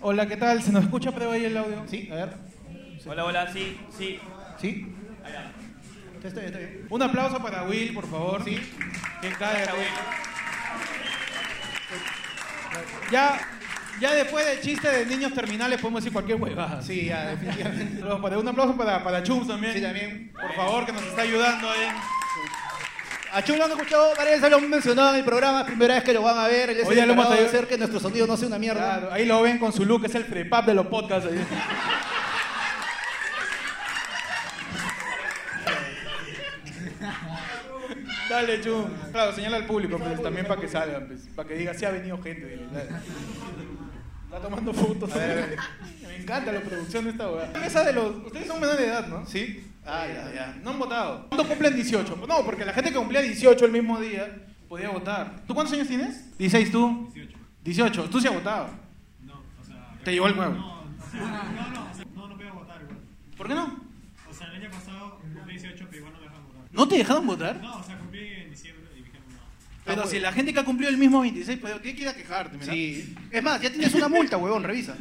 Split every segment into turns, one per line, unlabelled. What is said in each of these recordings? Hola, ¿qué tal? ¿Se nos escucha pero ahí el audio?
Sí, a ver.
Hola, hola, sí, sí.
¿Sí?
Ahí va.
Está bien, está bien.
Un aplauso para Will, por favor.
Sí.
Que cae.
Hola, Will.
Ya, ya después del chiste de niños terminales podemos decir cualquier huevada.
Sí, ya, definitivamente.
Pero para- Un aplauso para, para Chum también.
Sí, también.
Por favor, que nos está ayudando ahí.
A Chum lo han escuchado varias veces, lo han mencionado en el programa, es primera vez que lo van a ver. Él es
Hoy
el
ya lo hemos
encargado de
traído.
hacer que nuestro sonido no sea una mierda.
Claro, ahí lo ven con su look, es el prepap de los podcasts. ahí. Dale, Chum. Claro, señala al público, pues, también para que salgan, pues, para que diga, si ha venido gente. dile, dale. Está tomando fotos. Me encanta la producción de esta weá. Esa de los. Ustedes son menores de edad, ¿no?
¿Sí? Ah, ya, ya.
No han votado. ¿Cuántos cumplen 18? No, porque la gente que cumplía 18 el mismo día podía votar. ¿Tú cuántos años tienes? 16 tú. 18. 18. ¿Tú sí has votado?
No, o sea,
Te llegó el huevo.
no, o sea, no, no, o sea, no, no puedo votar igual.
¿Por qué no?
O sea, el año pasado cumplí 18, pero igual no me dejaron votar.
¿No te dejaron votar?
No, o sea, cumplí en diciembre y dijeron no.
Pero si la gente que ha cumplido el mismo 26, pues tiene que ir a quejarte, mira.
Sí. Es más, ya tienes una multa, huevón, revisa.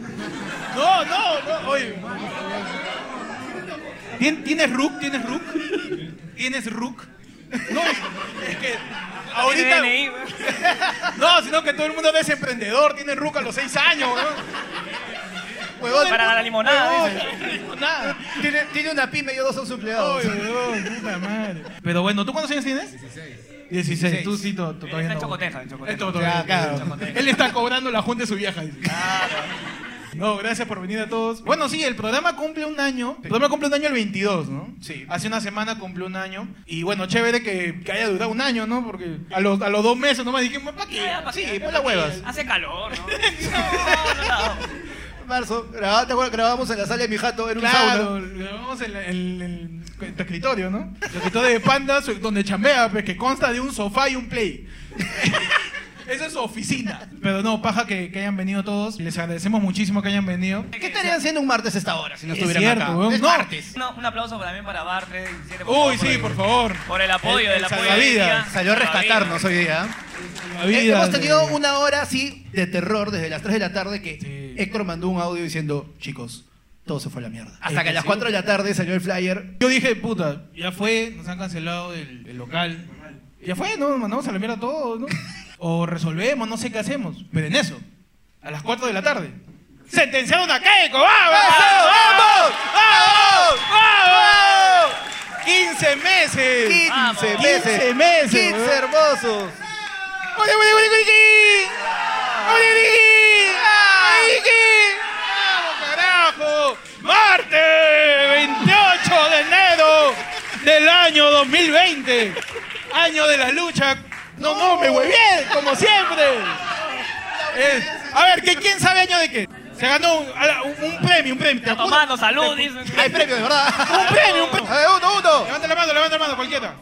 No, no, no, oye. ¿Tien- ¿Tienes RUC? ¿Tienes RUC? ¿Tienes RUC? No, es que ahorita...
DNI, weón.
No, sino que todo el mundo es emprendedor, tiene RUC a los 6 años, weón. Huevón,
Para la limonada, dice.
Nada.
Tiene, tiene una pyme y yo dos son sus empleados.
Ay, weón, puta madre. Pero bueno, ¿tú cuántos años tienes? 16. 16, tú sí, to- to-
Él
todavía
está en
no.
chocoteja, en chocoteja.
Él to- todavía-
Ya, claro.
Chacoteca.
Él está cobrando la junta de su vieja. dice.
Ah,
No, gracias por venir a todos. Bueno, sí, el programa cumple un año. El programa cumple un año el 22, ¿no?
Sí.
Hace una semana cumplió un año. Y bueno, chévere que, que haya durado un año, ¿no? Porque a los, a los dos meses nomás dijimos, ¿para qué?
Ah, Ya, pa'
Sí,
qué,
pues las huevas.
Hace calor, ¿no? No, no, no.
Marzo, grabá- ¿te acuerdas? grabamos en la sala de mi jato, en un
Claro,
sauna.
lo grabamos en, la- en- en- en tu escritorio, ¿no? El escritorio de Panda, su- donde chambea, pues, que consta de un sofá y un play. Esa es su oficina. Pero no, paja que, que hayan venido todos. Les agradecemos muchísimo que hayan venido.
¿Qué estarían haciendo un martes a esta hora si no
Es
estuvieran
cierto,
acá?
huevón,
Es
no.
martes.
No, un aplauso también para Bar 317.
Uy, sí, por favor.
Por el apoyo,
El-
el,
el
apoyo.
salvavidas.
hoy día.
Salió a rescatarnos hoy día.
La
Eh,
vida,
Hemos tenido
eh,
una hora así de terror desde las 3 de la tarde que
Sí.
Héctor mandó un audio diciendo, chicos, todo se fue a la mierda.
Es
Hasta
que
que a las
sí.
4 de la tarde salió el flyer.
Yo dije, puta, ya fue, nos han cancelado el, el local. Ya fue, ¿no? Nos mandamos a la mierda todos, ¿no? O resolvemos, no sé qué hacemos. Pero en eso, a las 4 de la tarde. ¡Sentenciaron a Keiko! ¡Vamos! ¡Vamos! ¡Vamos! ¡Vamos! ¡15 meses!
15
Vamos.
meses.
15 meses,
15
huevón.
hermosos.
¡Ole, ole, ole, ole, ole! ¡Ole, ole! ¡Ay, qué! ¡Vamos, carajo! ¡Martes 28 de enero del año 2020! ¡Año de la lucha! ¡No, no, me bien, como siempre! Es- a ver, ¿qué, ¿quién sabe año de qué? Se ganó un, ala, un- un premio, un premio. ¿te acuerdas?
Tomando salud, dice.
Hay premio, de verdad.
¡Un premio, un premio!
A ver, uno, uno.
Levanta la mano, levanta la mano, cualquiera.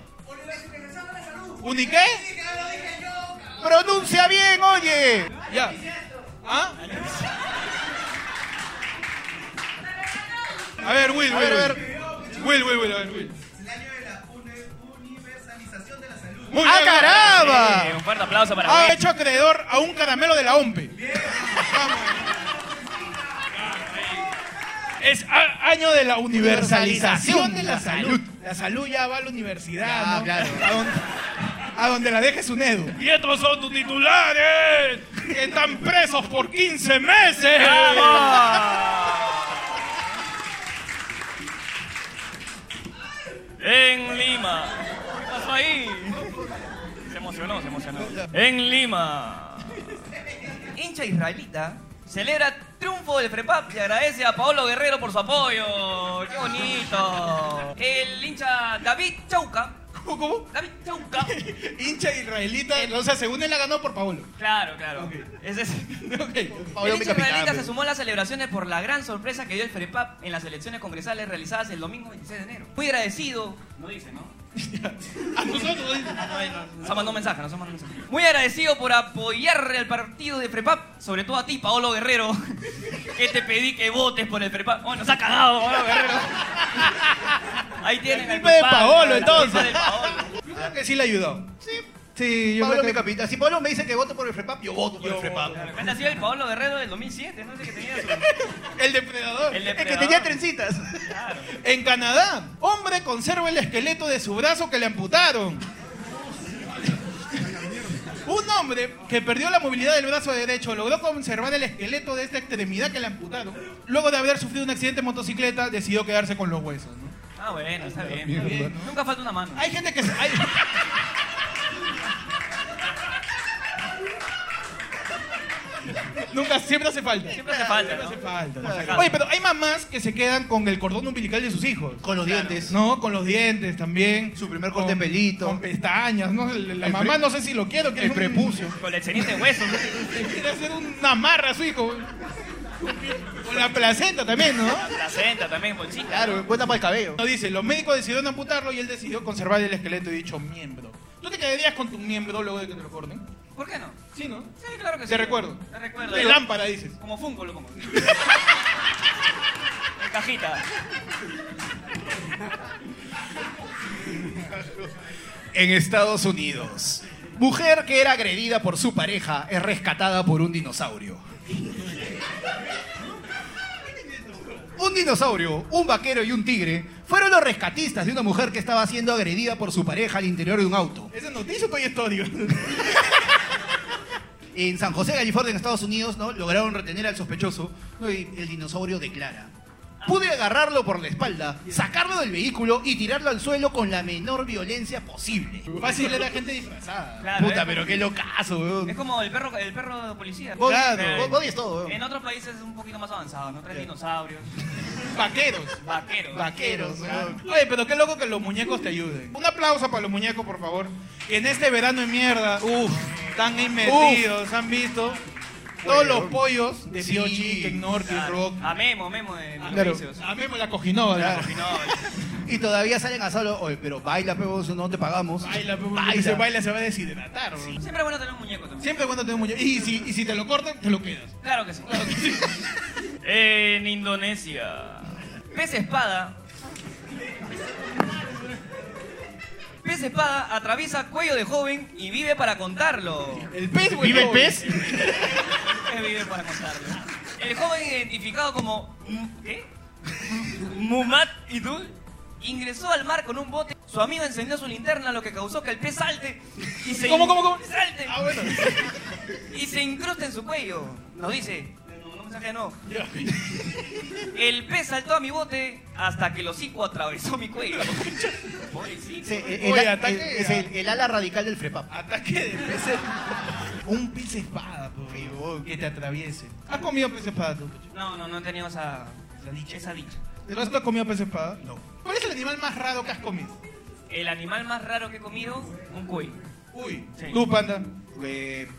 ¿Uni qué?
Pronuncia bien, oye.
Ya. ¿Ah? A ver, Will, Will,
ver, a
Will. Will, Will, Will, a ver, Will. Muy
¡Ah,
bien.
caramba!
Sí, un fuerte aplauso para
Ha
Will.
hecho acreedor a un caramelo de la OMPE. Vamos. Es a- año de la universalización de la salud. La salud ya va a la universidad,
Ah,
¿no?
claro.
A donde, a donde la deje su nedo. Y estos son tus titulares, que están presos por 15 meses.
¡Vamos! En Lima. ¿Qué pasó ahí? Se emocionó, se emocionó. En Lima. Hincha israelita celebra triunfo del FREPAP y agradece a Paolo Guerrero por su apoyo. ¡Qué bonito! El hincha David Chauca.
¿Cómo, cómo?
David Chauca.
Hincha israelita, o sea, según él la ganó por Paolo.
Claro, claro. Ese es.
Ok.
el
Paolo, mi
hincha
capitán,
israelita se
pues.
sumó a las celebraciones por la gran sorpresa que dio el FREPAP en las elecciones congresales realizadas el domingo 26 de enero. Muy agradecido. No dice, ¿no? Ah,
A nosotros. dice.
Nos ha mandado un mensaje, nos ha mandado un mensaje. Muy agradecido por apoyar al partido de Frepap, sobre todo a ti, Paolo Guerrero, que te pedí que votes por el Frepap. Oh, nos ha cagado, Paolo Guerrero. Ahí tienen
La
al
culpa de
culpable,
Paolo,
la culpa
entonces.
del Paolo.
Yo creo que sí le ayudó. Sí.
Sí, yo
Pablo
creo
me
que...
capita. Si Pablo me dice que voto por el FREPAP, yo voto por el FREPAP.
De repente ha sido el Pablo Guerrero del 2007, no sé qué tenía su...
El depredador.
El
Es que
depredador.
tenía trencitas.
Claro.
En Canadá, hombre conserva el esqueleto de su brazo que le amputaron. Un hombre que perdió la movilidad del brazo derecho logró conservar el esqueleto de esta extremidad que le amputaron. Luego de haber sufrido un accidente en motocicleta, decidió quedarse con los huesos. ¿no?
Ah, bueno, está bien. está bien. Nunca falta una mano.
Hay gente que se- hay- Nunca, siempre hace falta.
Siempre hace falta,
Siempre
¿no?
hace falta.
Por si acaso.
Oye, pero hay mamás que se quedan con el cordón umbilical de sus hijos.
Con los dientes.
No, con los dientes también.
Su primer corte de pelito.
Con pestañas, ¿no? La
El
mamá
pre-
no sé si lo quiere o quiere
El
hacer un-
prepucio.
Con leccionista de huesos.
Quiere hacer una amarra a su hijo. Con la placenta también, ¿no?
Placenta también, bolsita.
Claro, cuenta para el cabello.
No dice, los médicos decidieron amputarlo y él decidió conservar el esqueleto de dicho miembro. ¿Tú te quedarías con tu miembro luego de que te lo corten?
¿Por qué no?
Sí, ¿no?
Sí, claro que sí.
Te recuerdo.
Te recuerdo.
De lámpara, dices.
Como fungo, lo como. en cajita.
En Estados Unidos, mujer que era agredida por su pareja es rescatada por un dinosaurio. Un dinosaurio, un vaquero y un tigre fueron los rescatistas de una mujer que estaba siendo agredida por su pareja al interior de un auto.
¿Esa noticia o Toy Story?
En San José, California, en Estados Unidos, ¿no? lograron retener al sospechoso ¿no? y el dinosaurio declara. Pude agarrarlo por la espalda, sacarlo del vehículo y tirarlo al suelo con la menor violencia posible.
Fácil era gente disfrazada.
Claro,
Puta,
es-
pero qué locazo, weón.
Es como el perro, el perro policía.
Vos-
Claro.
vos- vos dices todo, weón.
En otros países es un poquito más avanzado, ¿no? Tres dinosaurios,
Vaqueros.
vaqueros.
Vaqueros, weón. Oye, pero qué loco que los muñecos te ayuden. Un aplauso para los muñecos, por favor. Que en este verano en mierda, uff, están ahí metidos, han visto todos los pollos de
Sí.
Pio Chicken, Norte,
Claro.
Rock.
A Memo, Memo de los
Claro.
vicios.
A mí me la cojinó, ¿verdad?
No,
Y todavía salen a solo, oye, pero baila, pe, vos, no te pagamos.
Baila, pe, porque se baila, se va a deshidratar, bro.
Siempre es bueno tener un muñeco también.
Siempre cuando tengo muñecos. Y si, y si te lo cortan, te lo quedas.
Claro que sí. En Indonesia. Pez espada. Pez espada atraviesa cuello de joven y vive para contarlo.
El pez, güey.
¿Vive el
no.
pez?
Pez vive para contarlo. El joven identificado como M- ¿qué? Mumat Idul ingresó al mar con un bote. Su amigo encendió su linterna, lo que causó que el pez salte y se
¿Cómo, cómo, cómo?
salte
Ah, bueno.
y se incrusta en su cuello. Nos dice. No, no mensaje no. El pez saltó a mi bote hasta que el hocico atravesó mi cuello. Pobrecito.
Sí, el,
Oye,
el-
ataque
es
a-
el, el ala radical del frepap.
Ataque de pez. Un pez espada, po, bro, que te atraviese. ¿Has comido pez espada tú?
No, no, no he tenido esa, esa dicha. esa dicha.
¿No has comido pez espada? No. ¿Cuál es el animal más raro que has comido?
El animal más raro que he comido, un cuy.
Uy,
Sí.
tú, panda.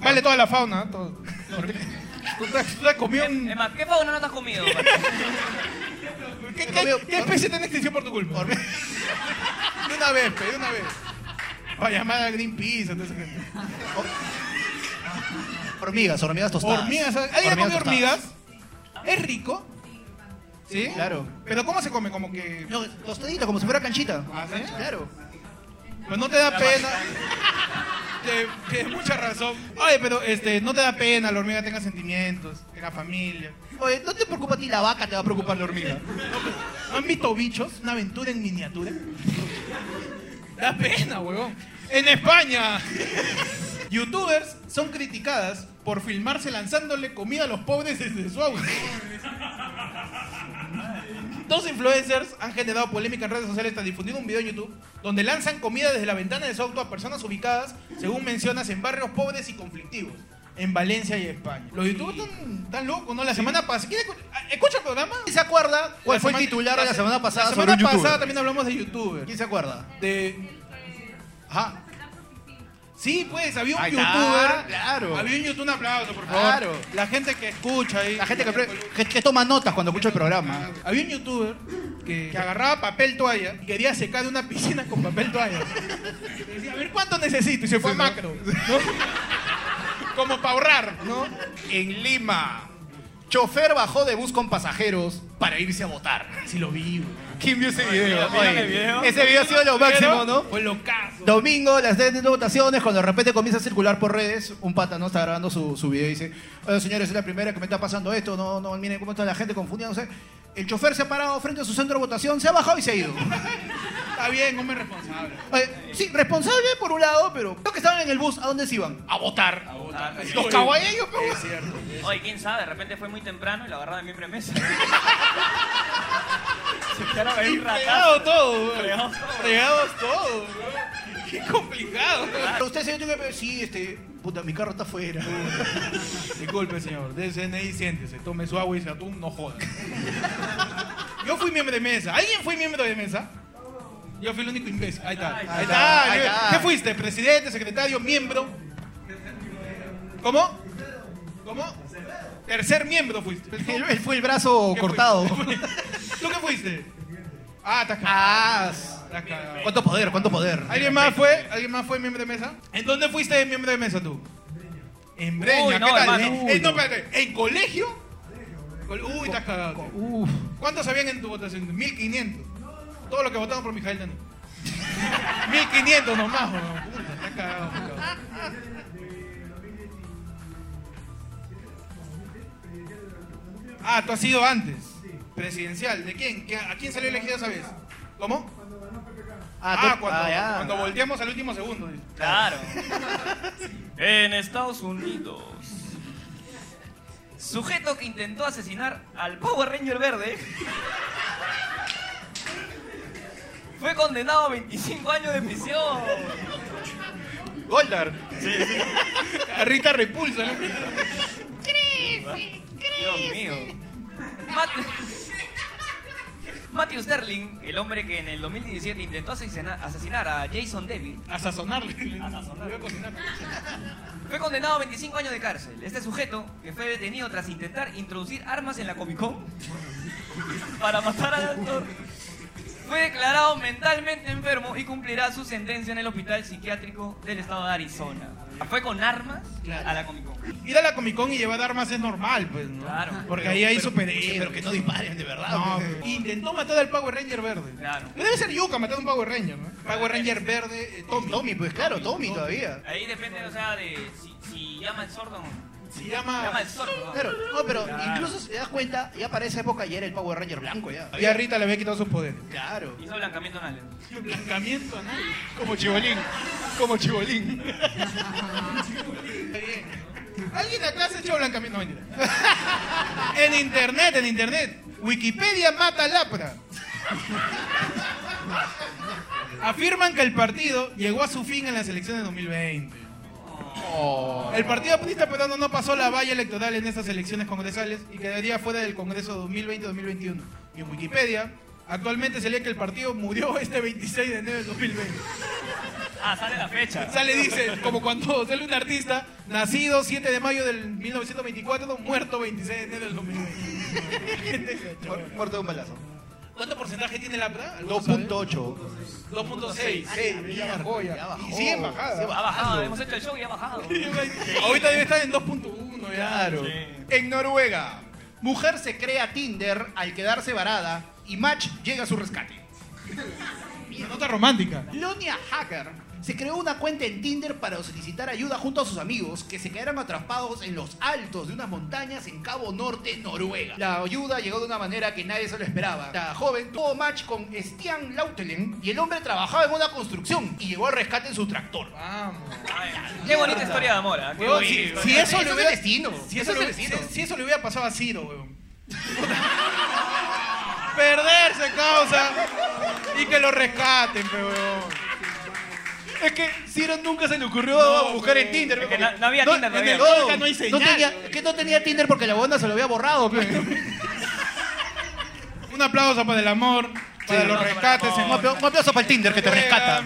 Vale toda la fauna, ¿eh? todo. Tú te has- tú te has comido
Es
un.
más, ¿qué fauna no te has comido?
¿Qué, qué, qué especie está en extinción por tu culpa? De una vez, pe, de una vez. Para llamar a Greenpeace, entonces.
Hormigas, hormigas tostadas.
Hormigas. ¿Alguien ha comido
tostadas.
hormigas? ¿Es rico? ¿Sí?
Claro.
¿Pero cómo se come? Como que.
No, tostadita, como si fuera canchita.
¿Ah, sí?
Claro.
Pues no te da pena. Que, que mucha razón. Oye, pero este, no te da pena, la hormiga tenga sentimientos, que la familia.
Oye, no te preocupa a ti la vaca, te va a preocupar la hormiga.
¿Han visto bichos? Una aventura en miniatura. Da pena, huevón. En España, youtubers son criticadas por filmarse lanzándole comida a los pobres desde su auto. Dos influencers han generado polémica en redes sociales tras difundir un video en YouTube donde lanzan comida desde la ventana de su auto a personas ubicadas, según mencionas, en barrios pobres y conflictivos, en Valencia y España. Los youtubers están, están locos, ¿no? La semana pasada... ¿quién escu- ¿Escucha el programa?
¿Quién se acuerda cuál
La
fue el
semana-
titular de la
se-
semana pasada
La
sobre
semana
un youtuber?
pasada también hablamos de youtubers.
¿Quién se acuerda?
De,
Ajá.
sí, pues, había un
Ahí está,
youtuber.
claro.
Había un youtuber, un aplauso, por favor.
Claro.
La gente que escucha ahí.
La gente que, pre- que- que toma notas cuando escucha el programa.
Había un youtuber que, que agarraba papel toalla y quería secar una piscina con papel toalla. Y Decía, a ver cuánto necesito. Y se fue a macro. ¿no? Como para ahorrar, ¿no?
En Lima, Chofer bajó de bus con pasajeros para irse a votar. Si lo vi, ¿Quién vio ese
mira,
video?
mira
Oye,
el video.
Ese video ha sido lo máximo, ¿no?
Fue locazo.
Domingo, las tres votaciones, cuando de repente comienza a circular por redes, un pata no está grabando su, su video y dice, "Oigan, señores, es la primera que me está pasando esto, no, no, miren cómo está la gente confundiéndose. El chofer se ha parado frente a su centro de votación, se ha bajado y se ha ido.
Está bien, hombre responsable.
Eh, sí, responsable por un lado, pero creo que estaban en el bus, ¿a dónde se iban? A votar.
Ah, sí.
Los caballeros, pues.
Oye, quién sabe, de repente fue muy temprano y lo agarraron en mi premisa. Se quedaron ahí ratazo.
Fregado todo,
Fregado.
Fregados todo. Qué complicado.
Pero usted, señor, tiene que pe- sí, este, puta, mi carro está afuera.
Disculpe, señor. Del CNI, siéntese. Tome su agua y su atún, no joda. Yo fui miembro de mesa. ¿Alguien fue miembro de mesa? Yo fui el único imbécil. Ahí está.
Ahí
Ahí
está,
está.
ahí
Yo-
está.
¿Qué fuiste? ¿Presidente, secretario, miembro? ¿Cómo? ¿Cómo? Tercer miembro fuiste.
Él, él fue el brazo
¿Qué
cortado.
fuiste? ¿Tú qué fuiste? Ah, estás cagado.
Ah,
Estás cagado.
cuánto poder, cuánto poder.
¿Alguien más fue? ¿Alguien más fue miembro de mesa? ¿En dónde fuiste miembro de mesa tú? En Breña,
Uy, no,
¿qué tal?
hermano.
Eh, no, espérate, ¿En colegio? Col- Uy, estás cagado. tío.
Uf.
¿Cuántos habían en tu votación? 1500. Todos los que votaron por Mijael Dani. 1500 nomás, weón. Puta, estás cagado, estás cagado. Ah, tú has sido antes. Presidencial. ¿De quién? ¿Qué- ¿A quién salió elegido esa vez? ¿Cómo?
Ah,
Ah,
tú-
cuando,
ah, ya.
cuando volteamos al último segundo. dice.
Claro. En Estados Unidos. Sujeto que intentó asesinar al Power Ranger verde. Fue condenado a 25 años de prisión.
Goldar. A Rita repulsa, ¿no?
Dios mío. Mat- Matthew Sterling, el hombre que en el 2017 intentó asesina- asesinar a Jason David,
A sazonarle.
sazonarle.
Voy a cocinar.
Fue condenado a 25 años de cárcel. Este sujeto, que fue detenido tras intentar introducir armas en la Comic Con para matar al actor, fue declarado mentalmente enfermo y cumplirá su sentencia en el hospital psiquiátrico del estado de Arizona. Fue con armas a la Comic Con.
Ir a la Comic Con y llevar armas es normal, pues, ¿no?
Claro.
Porque
Pero-
ahí hay
pero-
superhéroes.
Pero que no disparen, de verdad.
No,
pues.
pues. intentó matar al Power Ranger verde.
Claro.
No debe ser Yuka matar a un Power Ranger, ¿no? Power Ranger verde, eh, Tommy.
Tommy, pues claro, Tommy todavía.
Ahí depende, o sea, de si, si llama el sordo o no.
Se
Llama
llama.
el sordo. ¿no?
Claro, no, pero incluso si te das cuenta, ya para esa época ya era el Power Ranger blanco ya.
Y a Rita le había quitado sus poderes.
Claro.
Hizo blancamiento anal.
Blancamiento a nadie. Como chibolín. Como chibolín. ¿Alguien acá se echó blancamiento? No, mentira. En internet, en internet. Wikipedia mata lapra. Afirman que el partido llegó a su fin en las elecciones de 2020. El Partido Aprista Peruano no pasó la valla electoral en estas elecciones congresales y quedaría fuera del Congreso 2020-2021. Y en Wikipedia, actualmente se lee que el partido murió este 26 de enero del 2020.
Ah, sale la fecha.
Sale, dice, como cuando sale un artista, nacido 7 de mayo del 1924, muerto 26 de enero del 2020.
Mu- Muerto de un balazo.
¿Cuánto porcentaje tiene la verdad?
2.8.
2.6. ya bajó, ya.
Ya bajó.
Y sigue en bajada.
Sí,
Ha bajado, hemos hecho el show y ha bajado.
Ahorita debe estar en 2.1, ya.
Claro. En Noruega, mujer se crea Tinder al quedarse varada y Match llega a su rescate.
Una nota romántica.
Lonia Hacker se creó una cuenta en Tinder para solicitar ayuda junto a sus amigos que se quedaron atrapados en los altos de unas montañas en Cabo Norte, Noruega. La ayuda llegó de una manera que nadie se lo esperaba. La joven tuvo match con Stian Lautelen y el hombre trabajaba en una construcción y llegó al rescate en su tractor.
Vamos.
Ay, Qué bonita historia de amor. ¿ah? Qué
Huevón,
bonita
sí,
historia.
sí.
eso
es el
es destino.
Si eso, le, si, si eso le hubiera pasado a Ciro, weón. Perderse, causa. Y que lo rescaten, pe, weón.
Es que Ciro nunca se le ocurrió
No,
buscar en
no.
Tinder.
Es que no- no había Tinder
en
todavía.
el
No,
Golca
no hay
No
señal.
tenía, es que no tenía Tinder porque la banda se lo había borrado. pues. pe.
Un aplauso para el amor, para
Sí.
los rescates.
Un apla- un aplauso para el Tinder que te rescata.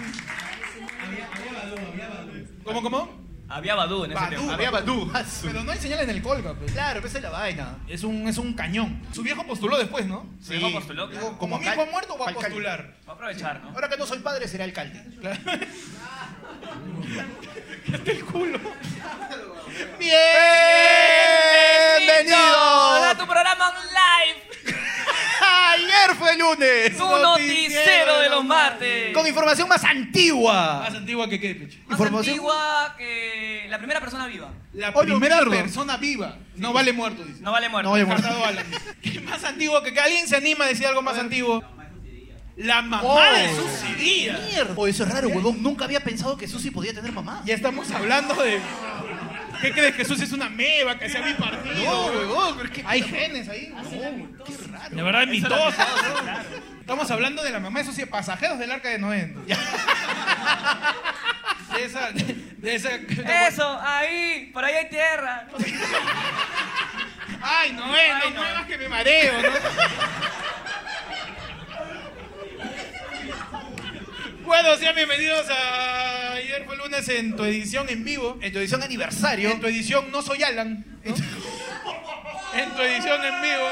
¿Cómo, cómo?
Había Badú en ese
Badú,
tiempo.
había Badú.
Pero no hay señal en el colga, pe.
Claro, esa es la vaina.
Es un, es un cañón. Su viejo postuló después, ¿no?
Su viejo postuló, claro.
Digo,
Como mi
alcal-
hijo ha muerto, va a
alcalde.
postular.
Va a aprovechar, ¿no?
Ahora que no soy padre, será alcalde.
¡Bienvenido!
¡Bienvenido! ¡Da tu
lunes.
Tu noticiero de los martes.
Con información más antigua.
Más antigua que qué, pecho.
Más
información-
antigua que la primera persona viva.
La
Oye,
primera
mierda.
persona viva. No vale muerto, dice.
No vale muerto.
No, oye,
Ricardo Alan. ¿Qué más antiguo que, que alguien se anima a decir algo más antiguo? La mamá de
Oh.
Susy Díaz.
Mierda. Oh, eso es raro, huevón. Nunca había pensado que Susi podía tener mamá.
Ya estamos hablando de. ¿Qué crees? Que Susy es una meba, que sea
No,
bipartido.
huevón, pero es que-
Hay genes ahí. No.
de verdad es mitosa.
Estamos hablando de la mamá de Susy, pasajeros del arca de Noé. De esa. De esa.
Eso, ahí, por ahí hay tierra.
Ay, Noé,
Ay,
no
Noé.
muevas que me mareo, ¿no? Bueno, sean bienvenidos a Ayer fue lunes en tu edición en vivo.
En tu edición aniversario.
En tu edición No Soy Alan. ¿no? En tu edición en vivo.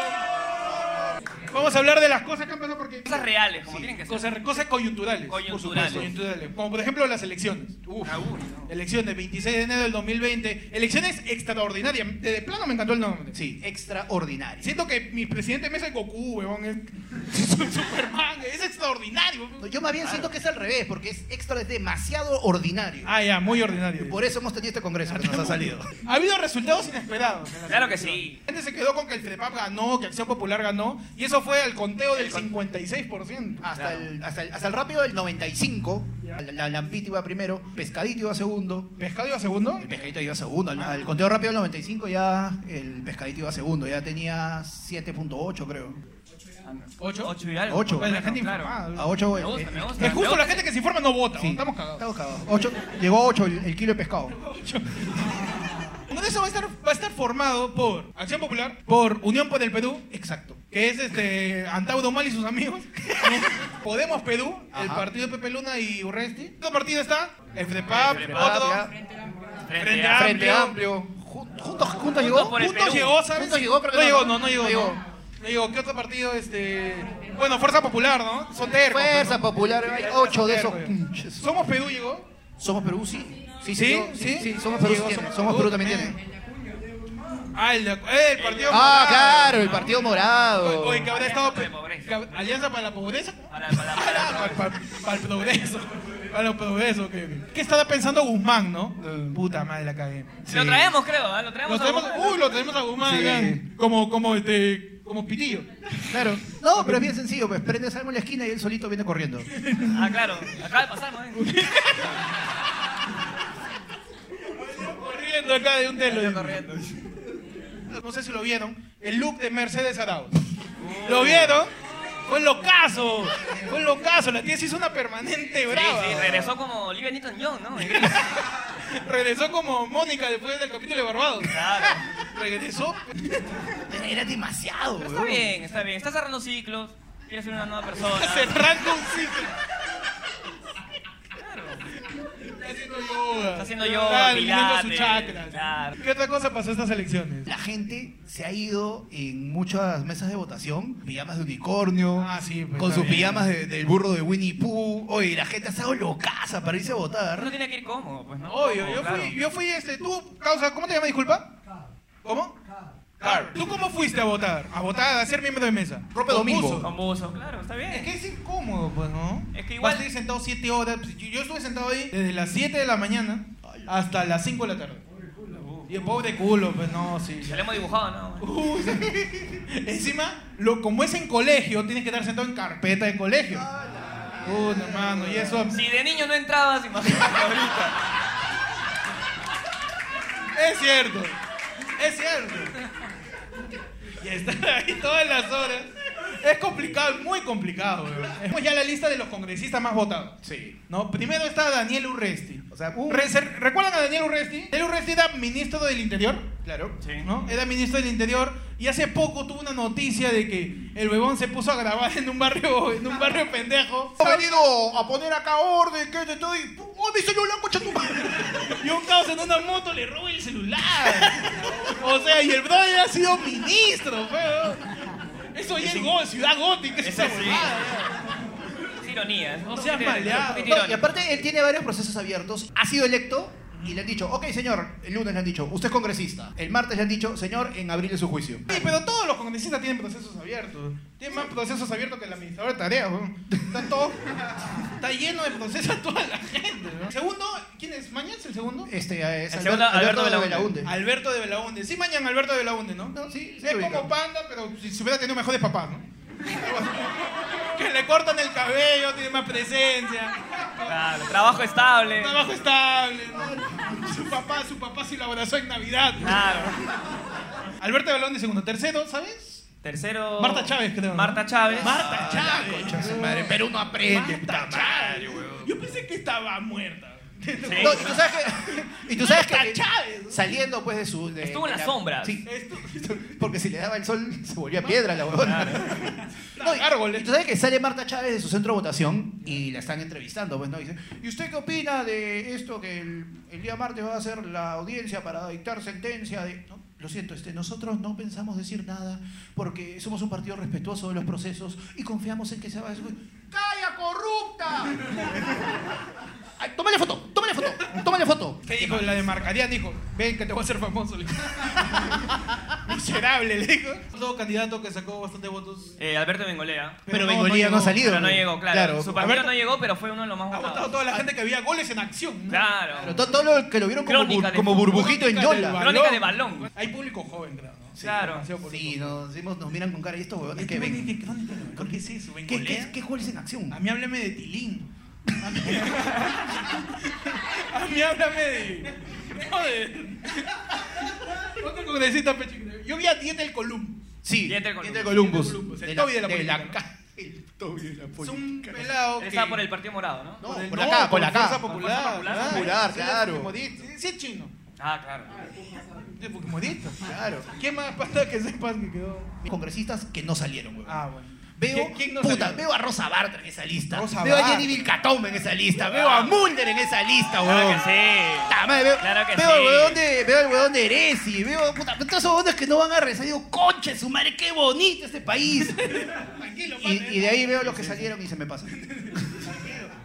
Vamos a hablar de las cosas que han pasado porque...
Cosas reales, como tienen que ser.
Cosas, cosas coyunturales. por
Coyunturales.
supuesto, coyunturales. Como por ejemplo las elecciones. Uf.
Ah, uy, no.
Elecciones, 26 de enero del 2020. Elecciones extraordinarias. De, de plano me encantó el nombre. Eh,
Sí, extraordinario.
Siento que mi presidente me es Goku, weón. Es Superman, es extraordinario.
No, Yo más bien siento que es al revés, porque es extra, es demasiado ordinario.
Ah, ya, muy ordinario.
Por eso hemos tenido este congreso que nos ha salido.
Ha habido resultados inesperados.
Claro que sí.
La gente se quedó con que el FREPAP ganó, que Acción Popular ganó, y eso fue al conteo del 56%.
Hasta,
Claro.
el, hasta, el, hasta el rápido del 95, la, la Lampita iba primero, Pescadito iba segundo,
¿Pescado iba segundo?
el Pescadito iba segundo. Al, al conteo rápido del 95 ya el Pescadito iba segundo, ya tenía 7.8 creo.
¿Ocho?
Ocho y algo.
Ocho.
por lo
La gente
menos, claro.
informada.
A eh, 8
Me gusta, me gusta.
Es justo la gente que se informa no vota,
Sí.
¿no? estamos cagados.
Estamos cagados. Ocho- llegó a 8 el, el kilo de pescado.
Uno de eso va a estar, va a estar formado por Acción Popular, por Unión por el Perú, exacto, que es este Antau Domal y sus amigos, Podemos Perú, el
Ajá.
partido de Pepe Luna y Urresti. ¿Qué partido está? El FREPAP,
El FREPAP,
otro.
Ya,
Frente
Frente
a-
a-
Frente Amplio. Jun- Juntos, juntos llegó.
por el
Juntos
Perú.
llegó, ¿sabes?
Juntos llegó, creo que
no,
no,
llegó,
¿no?
no, no llegó.
No
No
llegó.
No llegó. ¿Qué otro partido? Este... Bueno, Fuerza Popular, ¿no? Son tercos.
Fuerza
¿no?
Popular, hay 8 de esos.
Tercos, ya.
pinches.
Somos Perú, llegó.
Somos Perú, sí.
¿Sí?
señor,
¿Sí?
sí, Somos Perú, sí
Llegó,
tiene.
somos
Somos
Perú
Perú también
también.
tiene.
Ah, el, de- eh, el partido.
Ah,
morado.
claro, el Partido Morado.
Oye, que habrá estado.
Alianza para la pobreza.
que hab- Alianza para la pobreza.
Para- para-
Ah, para- para- para el progreso. Para el progreso. que- ¿Qué estaba pensando Guzmán, no? Puta madre, la cagué.
Lo traemos, creo, ¿ah? Lo traemos.
Lo tenemos,
Mm. a-
uy, lo tenemos a Guzmán
Sí.
acá, Como, como, este, como pitillo.
Claro. No, pero es bien sencillo, pues prendes algo en la esquina y él solito viene corriendo.
Ah, claro. Acaba de pasar, ¿no?
Corriendo acá de un telo. No sé si lo vieron. El look de Mercedes Arauz.
Uh.
¿Lo vieron? Fue locazo. Fue locazo. La tía se hizo una permanente
Sí,
brava.
sí, regresó como Olivia Newton-John, ¿no? En gris.
Regresó como Mónica después del capítulo de Barbados.
Claro.
Regresó.
Era demasiado,
Está
weón.
bien, está bien. Está cerrando ciclos. Quiere ser una nueva
Se
persona.
arranca un ciclo. Está haciendo yoga.
Está haciendo yoga,
Claro, leyendo su
pilates,
chakra.
claro.
¿Qué otra cosa pasó en estas elecciones?
La gente se ha ido en muchas mesas de votación, pijamas de unicornio,
Ah, sí, pues,
con
está
sus
bien.
pijamas de- del burro de Winnie Pooh. Oye, la gente ha estado locaza para irse a
Uno
votar.
tiene que ir cómodo, pues, ¿no?
Obvio,
Cómodo,
yo
claro.
fui, yo fui este, tú, causa, ¿cómo te llamas, disculpa? ¿Cómo? Car. ¿Tú cómo fuiste a votar? A votar, a ser miembro de mesa.
Rope
Con
Domingo.
buzo.
Con buzo, claro, está
Es
bien.
que es incómodo, pues, ¿no?
Es que igual-
Vas a estar sentado 7 horas. Pues, Yo, yo estuve sentado ahí desde las 7 de la mañana hasta las 5 de la tarde. Y el pobre culo, pues, no, sí.
Ya lo hemos dibujado, ¿no?
Uy, sí. Encima, lo, como es en colegio, tienes que estar sentado en carpeta de colegio. Uy, no, hermano, y eso.
Si de niño no entrabas, imagínate ahorita.
Es cierto, es cierto. Y estar ahí todas las horas. Es complicado, muy complicado, weón. Tenemos ya la lista de los congresistas más votados.
Sí.
No, primero está Daniel Urresti.
O sea,
Re- se- ¿Recuerdan a Daniel Urresti? Daniel Urresti era ministro del Interior,
claro.
Sí.
¿no? Era ministro del Interior y hace poco tuvo una noticia de que el huevón se puso a grabar en un barrio, en un barrio pendejo.
Ha venido a poner acá orden, que te estoy. ¡Oh, mi celular, cocha tu madre!
Y un caos en una moto le roba el celular. O sea, y el brother ha sido ministro, weón. Eso ya es go- ciudad gótica, es
Es
esa
así.
huevada.
Es ironía.
No seas maleado.
No, y aparte, él tiene varios procesos abiertos. Ha sido electo, y le han dicho, ok señor, el lunes le han dicho, usted es congresista. El martes le han dicho, señor, en abril es su juicio.
Sí, pero todos los congresistas tienen procesos abiertos. Tienen más procesos abiertos que el administrador de tareas, weón. Está todo. Está lleno de procesos a toda la gente, ¿no? Segundo, ¿quién es? ¿Mañana es el segundo?
Este eh, es
El segundo, Alberto
de
Belaunde.
Belaunde.
Alberto de Belaunde. Sí, mañana Alberto de Belaunde, ¿no?
No, sí, sí
es
lo
como
ubicamos.
panda, pero si se hubiera tenido mejores papás, ¿no? que le cortan el cabello, tiene más presencia,
Claro, trabajo estable.
trabajo estable. ¿no? Su papá, su papá sí lo abrazó en Navidad.
Claro.
Alberto de Belaunde segundo. Tercero, ¿sabes?
Tercero.
Marta Chávez, creo, ¿no?
Marta Chávez.
Marta Chávez.
Su madre, pero uno aprende, puta
Marta
madre.
Chávez, weón. Yo pensé que estaba muerta.
Sí.
No, y tú sabes que, y tú sabes
Marta
que
Chávez.
saliendo pues de su... de-
Estuvo en
de
las
la-
sombras.
Sí,
Esto-
porque si le daba el sol se volvía piedra la huevona. No, y-
Gárgola.
y tú sabes que sale Marta Chávez de su centro de votación y la están entrevistando, pues, ¿no? Y dice, ¿y usted qué opina de esto que el, el día martes va a hacer la audiencia para dictar sentencia de... No, lo siento, este, nosotros no pensamos decir nada porque somos un partido respetuoso de los procesos y confiamos en que se va a... ¡Calla, corrupta! Ay, tómale foto, tómale foto, tómale foto.
¿Qué dijo? La de Marcaría dijo, ven que te voy a hacer famoso. le dijo. Miserable, le dijo. Otro candidato que sacó bastante votos.
Eh, Alberto Bengolea.
Pero
no,
Bengolía
no
no ha
llegó,
salido. pues.
Pero no llegó, claro. Su partido
Alberto-
no llegó, pero fue uno de los más
Ha votado
votados.
toda la gente que había goles en acción. ¿no?
Claro.
Pero to- todo lo que lo vieron como,
Crónica
bur-
de
como
fútbol.
burbujito en
Crónica del
Yola.
bar.
Crónica
balón.
de balón. güey.
Hay público joven, creo, ¿no?
Claro.
demasiado
Sí,
público.
nos, decimos- nos miran con cara y estos huevones
Es
que
que,
ven.
¿qué- qué crónica de balón? ¿Qué es eso?
¿Qué,
¿Bengolea?
qué, qué jueves en acción?
A mí háblame de Tilín. A mí, a mí háblame de. Joder. Otro congresista pecho. Yo vi a Dieta el Column.
Sí,
Diente del
Diente del
Columbus.
Columbus.
El Toby de la política.
ca- El Toby de la
Es
política.
un pelado.
Él
que-
estaba por el Partido Morado, ¿no?
No,
el-
por acá, por
la
acá.
Fuerza
Por
Popular.
Fuerza
Popular,
sí,
claro.
Fujimorista. Sí, sí es chino.
Ah, claro.
De Fujimorista.
Claro.
¿Qué más pasa que sepas que quedó?
Congresistas que no salieron, huevón.
Ah, bueno.
Veo,
¿Quién- quién no
puta,
salió?
veo a Rosa Bartra en esa lista.
Rosa
veo a
Bartra.
Jenny Vilcatoma en esa lista. Veo a Mulder en esa lista,
Ah,
Claro
huevón.
que sí.
Puta madre, veo,
Claro que
veo al
sí.
huevón de, veo al huevón de Eresi, veo puta, todos esos huevones que no van a rezar, digo, conche su madre, qué bonito este país.
Tranquilo,
y,
padre.
y de ahí veo los que salieron y se me pasan.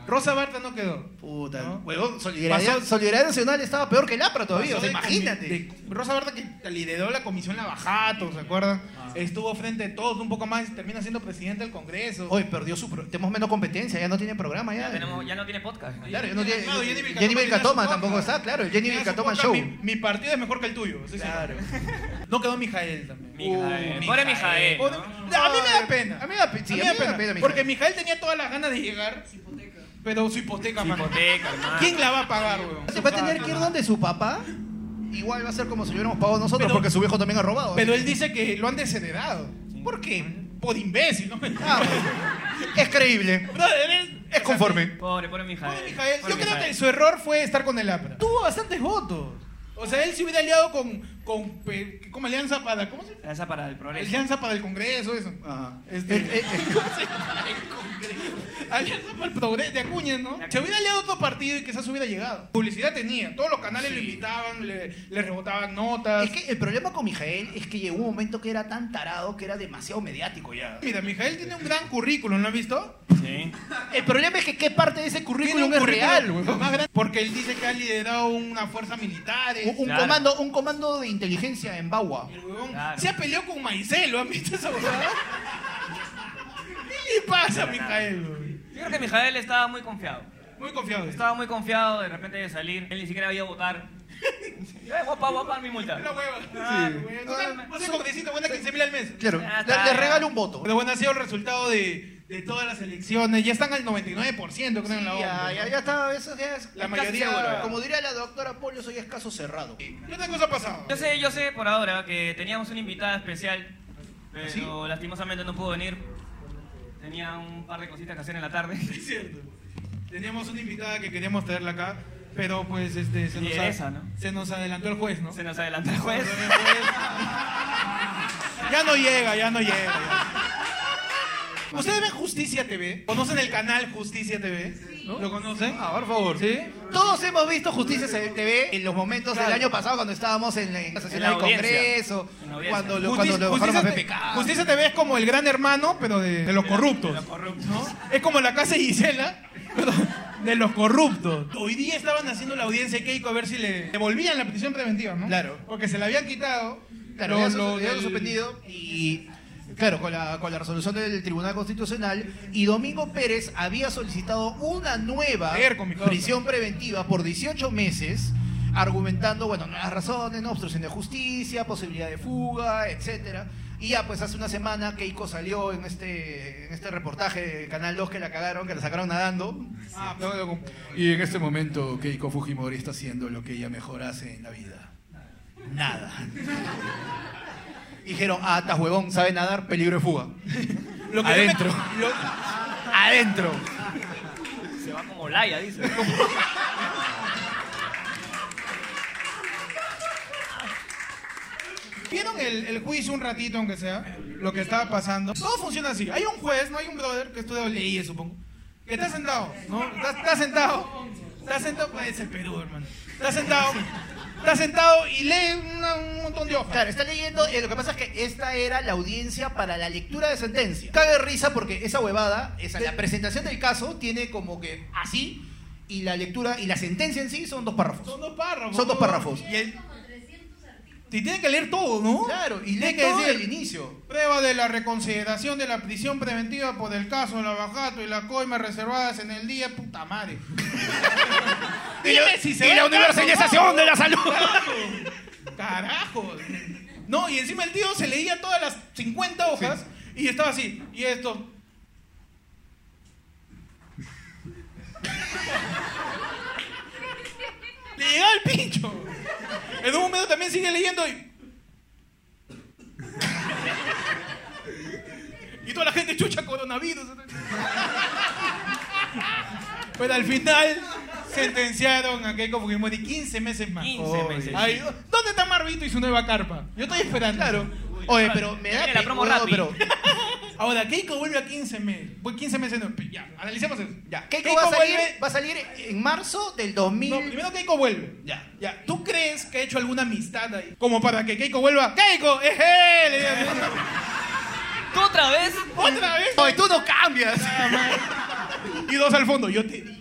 Rosa Barta no quedó.
Puta,
¿No?
huevón, solidaridad,
Pasó-
Solidaridad Nacional estaba peor que el APRA todavía, o
Pasó
sea,
de
imagínate.
cami- de Rosa Berta que lideró la comisión Lavajato, ¿se acuerdan?
Ah.
Estuvo frente de todos un poco más y termina siendo presidente del Congreso.
Hoy perdió su pro- tenemos menos competencia, ya no tiene programa ya.
Ya, tenemos, ya no tiene podcast.
Claro, ya no tiene
Claro, Jenny Vilcatoma
Jenny Vilcatoma
tiene su
tampoco
podcast.
está, claro, el Jenny
Mira,
Vilcatoma
supongo
Show.
que Mi, mi partido es mejor que el tuyo. sí, sí. No quedó Mijael también. Uh,
Mijael. Pobre Mijael.
Pobre-
¿no?
No, A mí me da pena.
A mí me da pe- sí,
a mí me da pena,
mi
porque
hija.
Mijael tenía todas las ganas de llegar, pero su hipoteca,
Su
mano.
hipoteca, hermano.
¿Quién la va a pagar, weón?
se va a tener que ir donde su papá. Igual va a ser como si hubiéramos pagado nosotros
Pero-
porque su viejo también ha robado.
Pero él dice que lo han desheredado. ¿Por qué? Por imbécil, ¿no?
Ah, es creíble.
Brother, él-
Es conforme.
Pobre, pobre Mijael.
Pobre Mijael,
Pobre
yo creo
Mijael.
que su error fue estar con el APRA. Tuvo bastantes votos. O sea, él se hubiera aliado con, con, pe- como Alianza para. ¿Cómo se llama?
Esa para el progreso.
Alianza para el Congreso, eso.
Ajá.
Este-
Eh, eh, eh.
¿Cómo se llama? El Congreso. Alianza para el Progreso de Acuña, ¿no? Se hubiera aliado a otro partido y quizás hubiera llegado. Publicidad tenía, todos los canales lo invitaban, le, le rebotaban notas.
Es que el problema con Mijael es que llegó un momento que era tan tarado que era demasiado mediático ya.
Mira, Mijael tiene un gran currículum, ¿no has visto?
Sí.
El problema es que qué parte de ese
Tiene
currículum
un
es
currículum
real, weón.
más grande, Porque él dice que ha liderado una fuerza militar.
Un, un
Claro.
comando, un comando de inteligencia en Bagua.
El huevón
Claro.
se ha peleado con Maicelo, ¿han visto esa huevada? ¿Qué le pasa a Micael? huevón?
Yo creo que Mijael estaba muy confiado.
Muy confiado. Está
Estaba muy confiado de repente de salir. Él ni siquiera había votar. Eh, Voy a pagar mi multa.
la hueva.
Ah,
Sí.
huevón.
No sé, congresista, buena 15 mil al mes.
Claro,
Ya
le,
está,
le
ya.
regalo un voto.
Pero bueno, ha sido el resultado de, de todas las elecciones. Ya están al 99%, creo, en la
Ya,
ONU.
ya, ya está, eso ya es.
La
casi
mayoría,
ya-
bueno.
como diría la doctora Polio, soy escaso cerrado.
¿Qué otra cosa ha pasado?
Yo sé, yo sé por ahora que teníamos una invitada especial, pero lastimosamente no pudo venir. Tenía un par de cositas que hacer en la tarde.
Es cierto. Teníamos una invitada que queríamos traerla acá, pero pues este, se,
Y
nos
era
a-
esa, ¿no?
se nos adelantó el juez, ¿no?
Se nos adelanta el juez.
Ya no llega, ya no llega. ¿Ustedes ven Justicia TV? ¿Conocen el canal Justicia TV? ¿Lo conocen? Ah, por favor. ¿Sí?
Todos hemos visto Justicia TV en los momentos
Claro.
del año pasado cuando estábamos en la, en la
En
sesión
la
del
audiencia.
Congreso,
En la audiencia.
cuando lo, cuando
Justicia,
lo bajaron
Justicia
a
Te-
PPK.
Justicia TV es como el gran hermano, pero de, de los corruptos.
Corrupto.
¿no? Es como la casa de Gisela, pero, de los corruptos. Hoy día estaban haciendo la audiencia de Keiko a ver si le devolvían la petición preventiva, ¿no?
Claro.
Porque se la habían quitado.
Claro,
Lo-
ya se-
lo
ya lo
del-
suspendido y claro, con la, con la resolución del Tribunal Constitucional y Domingo Pérez había solicitado una nueva
Leer con mi causa.
prisión preventiva por 18 meses argumentando, bueno, las razones, ¿no? obstrucción de justicia, posibilidad de fuga, etcétera. Y ya, pues hace una semana Keiko salió en este, en este reportaje de Canal 2 que la cagaron, que la sacaron nadando.
Ah, pues. Y en este momento Keiko Fujimori está haciendo lo que ella mejor hace en la vida.
Nada. Dijeron, ah, estás huevón, sabe nadar, peligro de fuga.
Lo que no me-
Adentro.
lo-
Adentro.
Se va como Laia, dice.
¿Vieron el, el juicio un ratito, aunque sea? Lo que estaba pasando. Todo funciona así. Hay un juez, no hay un brother que estudia leyes, supongo. Que está sentado, ¿no? Está, está sentado. Está sentado. Pues es el Perú, hermano. Está sentado. Está sentado y lee una- un montón de hojas.
Claro, está leyendo, eh, lo que pasa es que esta era la audiencia para la lectura de sentencia. Caga de risa porque esa huevada, esa, la presentación del caso tiene como que así, y la lectura y la sentencia en sí son dos párrafos.
Son dos párrafos.
Son dos párrafos.
Y, el- y tiene que leer todo, ¿no?
Claro, y lee
Tiene
que
todo
desde el
el-
inicio.
Prueba de la reconsideración de la prisión preventiva por el caso Lavajato y la coima reservadas en el día, puta madre. Dime si se ve el caso, ¿no?
de la salud.
Carajo. No, y encima el tío se leía todas las 50 hojas y estaba así. Y esto. Le llegaba el pincho. En un momento también sigue leyendo y. Y toda la gente chucha coronavirus. Pero al final sentenciaron a Keiko Fujimori 15 meses más.
15 meses.
Ay, ¿Dónde está Marvito y su nueva carpa? Yo estoy esperando. Claro.
Oye, pero me da
Viene la
pe-
promo
huevado,
Rappi.
pero
Ahora, Keiko vuelve a 15 meses. Voy 15 meses no. Ya, analicemos eso. Ya.
Keiko va a, salir,
vuelve-
va a salir en marzo del 2000.
No, primero Keiko vuelve.
Ya.
Ya. ¿Tú crees que ha hecho alguna amistad ahí? Como para que Keiko vuelva. ¡Keiko! ¡Eje! Le diga,
¿Tú otra vez?
¡Otra vez!
Oye, tú no cambias.
Y dos al fondo. Yo te digo.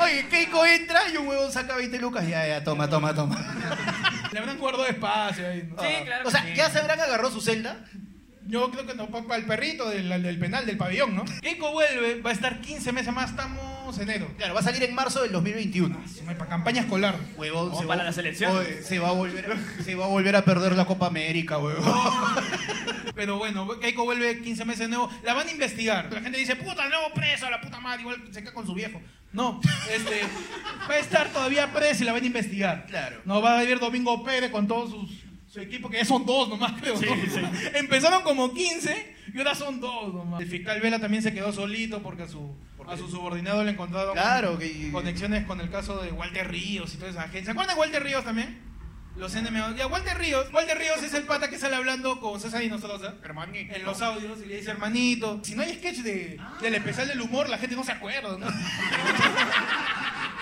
Oye, Keiko entra y un huevón saca 20 lucas. Ya, ya, toma, toma, toma.
Le habrán guardado espacio ahí. ¿no? Ah.
Sí, claro. que
O sea,
sí.
ya se habrán agarrado su celda.
Yo creo que no, para el perrito del, del penal, del pabellón, ¿no? Keiko vuelve, va a estar 15 meses más, estamos enero.
Claro, va a salir en marzo del 2021.
Para campaña escolar. Oh,
Huevón,
Como para la selección.
Oye, se va a volver, se va a volver a perder la Copa América, huevón.
Pero bueno, Keiko vuelve 15 meses de nuevo. La van a investigar. La gente dice, puta, el nuevo preso, la puta madre, igual se queda con su viejo. No, este, va a estar todavía preso y la van a investigar.
Claro.
No va a vivir Domingo Pérez con todos sus, su equipo, que ya son dos nomás, creo. ¿no? Empezaron como 15 y ahora son dos nomás. El fiscal Vela también se quedó solito porque a su, a su subordinado le encontraron
Claro que-
conexiones Oh. con el caso de Walter Ríos y toda esa gente. ¿Se acuerdan de Walter Ríos también? Los NMO. Ya, Walter Ríos. Walter Ríos es el pata que sale hablando con César Dinosaurosa. Hermanito. En los audios y le dice hermanito. Si no hay sketch de, del especial del humor, la gente no se acuerda. ¿no?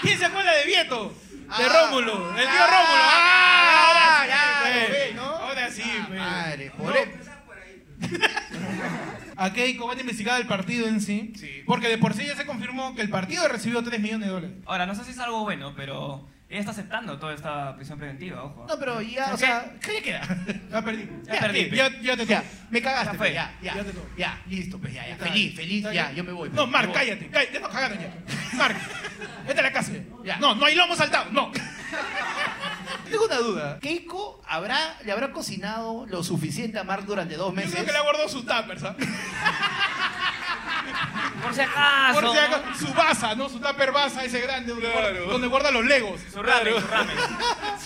¿Quién se acuerda de Vieto? De
Ah.
Rómulo. El tío Rómulo.
Ah,
Ah,
claro,
ahora sí,
ve,
fe.
¿no?
Ahora sí,
Ah,
fe.
madre, por
No,
el-
a Keiko van a investigar el partido en sí,
Sí.
Porque de por sí ya se confirmó que el partido recibió 3 millones de dólares.
Ahora, no sé si es algo bueno, pero ella está aceptando toda esta prisión preventiva, ojo.
No, pero ya, o sea, ¿qué le queda?
Ya perdí.
Ya perdí, pe.
Ya, ya te
Ya,
toca.
me cagaste,
Ya
ya,
fue.
pues, ya, ya,
Ya
ya,
te toco.
listo, pues ya, ya, feliz, feliz, ya, yo me voy.
No,
pues,
Marc,
me voy.
cállate, cállate, ya nos cagaron ya. Marc, vete a la casa.
Ya.
No, no hay lomo saltado, no.
Tengo una duda. ¿Keiko habrá, le habrá cocinado lo suficiente a Mark durante dos
Yo
meses?
creo que le guardó su tupper, ¿sabes?
Por si acaso.
Por si
¿no?
acaso, su basa, ¿no? Su tupper basa ese grande donde, guarda, donde guarda los legos.
Su ramen, su ramen.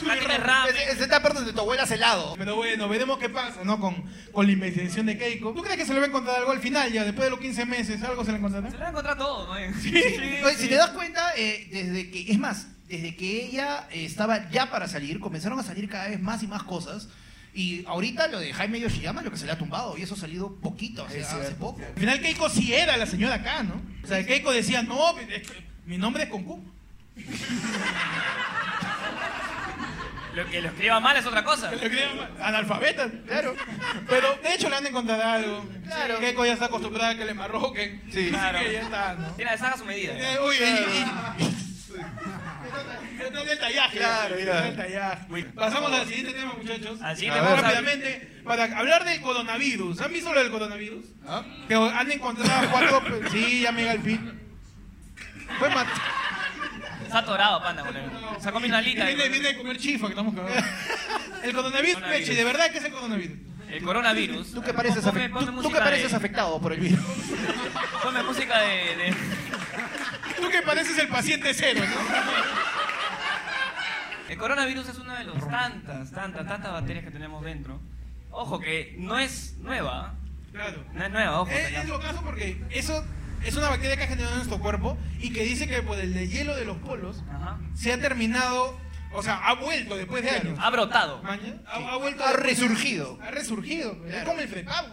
Máquina de ramen.
Ese, ese tupper donde tu abuela hace helado.
Pero bueno, veremos qué pasa, ¿no? Con, con la investigación de Keiko. ¿Tú crees que se le va a encontrar algo al final ya? Después de los 15 meses, ¿algo se le encontrará?
Se lo va a encontrar todo, ¿no? Sí,
Oye, si te das cuenta, eh, desde que, es más, desde que ella eh, estaba ya para salir, comenzaron a salir cada vez más y más cosas. Y ahorita lo de Jaime Yoshiyama, lo que se le ha tumbado, y eso ha salido poquito, o sea, hace poco.
Al final Keiko sí era la señora acá, ¿no? O sea, Keiko decía, no, es que mi nombre es Concu.
Lo que lo escriba mal es otra cosa.
Lo crean Analfabetas, claro. Pero de hecho le han de encontrar algo. Claro. Que ya está acostumbrada a que le marroquen. Sí,
Claro.
que ya está, ¿no?
Tiene la saga a su medida.
Eh, uy, y- y- Yo tengo el tallaje.
Claro,
yo
mira.
tengo el tallaje. Pasamos al siguiente tema, muchachos.
Al siguiente
A
vamos
ver,
a-
rápidamente, para hablar del coronavirus. ¿Han visto lo del coronavirus? Que han encontrado cuatro... pe- sí, amiga, al fin. Fue mat-
Está atorado, panda, boludo. Sacó mi nalita.
Viene, viene de comer chifa, que estamos cagados. El coronavirus,
Coronavirus.
Peche, de verdad que es el coronavirus.
El coronavirus.
¿Tú que pareces,
Ponme-
afe-
ponme
tú- tú
música
que pareces
de-
afectado por el virus?
Ponme música de... de-
Tú que pareces el paciente cero, ¿no?
El coronavirus es una de las tantas, tantas, tantas bacterias que tenemos dentro. Ojo, que no es nueva.
Claro.
No es nueva, ojo.
Es,
que la-
es lo caso porque eso es una bacteria que ha generado en nuestro cuerpo y que dice que por el de hielo de los polos
Ajá.
se ha terminado, o sea, ha vuelto después de años.
Ha brotado.
Maña, Ha, ha vuelto.
Ha resurgido.
Ha resurgido. pues. Es como el
Ah,
FEPAP,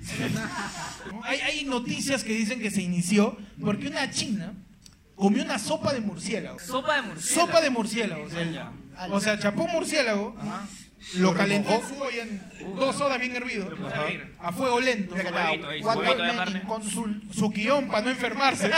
weón. hay, hay noticias que dicen que se inició porque una china comió una sopa de murciélago.
Sopa de murciélago.
Sopa de murciélago. O sea, o sea, chapó un murciélago, lo calentó en su olla en dos horas bien hervido,
puso a hervir.
a fuego lento.
Su huevito ahí, su
Cuatro
huevito de
men
carne.
con su-
su guión para no enfermarse.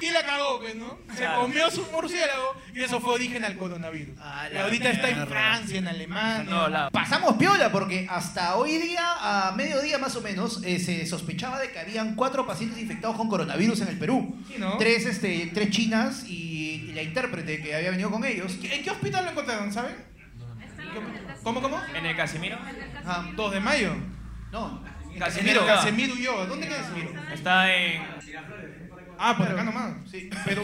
Y la cagó, pues, ¿no? Se
Claro.
comió su murciélago y eso fue origen al coronavirus.
A
Y
la
ahorita está en
mierda.
Francia, en Alemania.
En todos lados.
Pasamos piola porque hasta hoy día, a mediodía más o menos, eh, se sospechaba de que habían cuatro pacientes infectados con coronavirus en el Perú.
Sí, ¿no?
Tres, este, tres chinas y, y la intérprete que había venido con ellos.
¿En qué- ¿En qué hospital lo encontraron, saben? ¿Cómo, cómo?
En el Casimiro.
Ah,
2 de mayo.
no.
Casimiro.
Casemiro y yo. ¿Dónde queda Casemiro?
Está en...
Ah, por acá nomás. Sí, pero...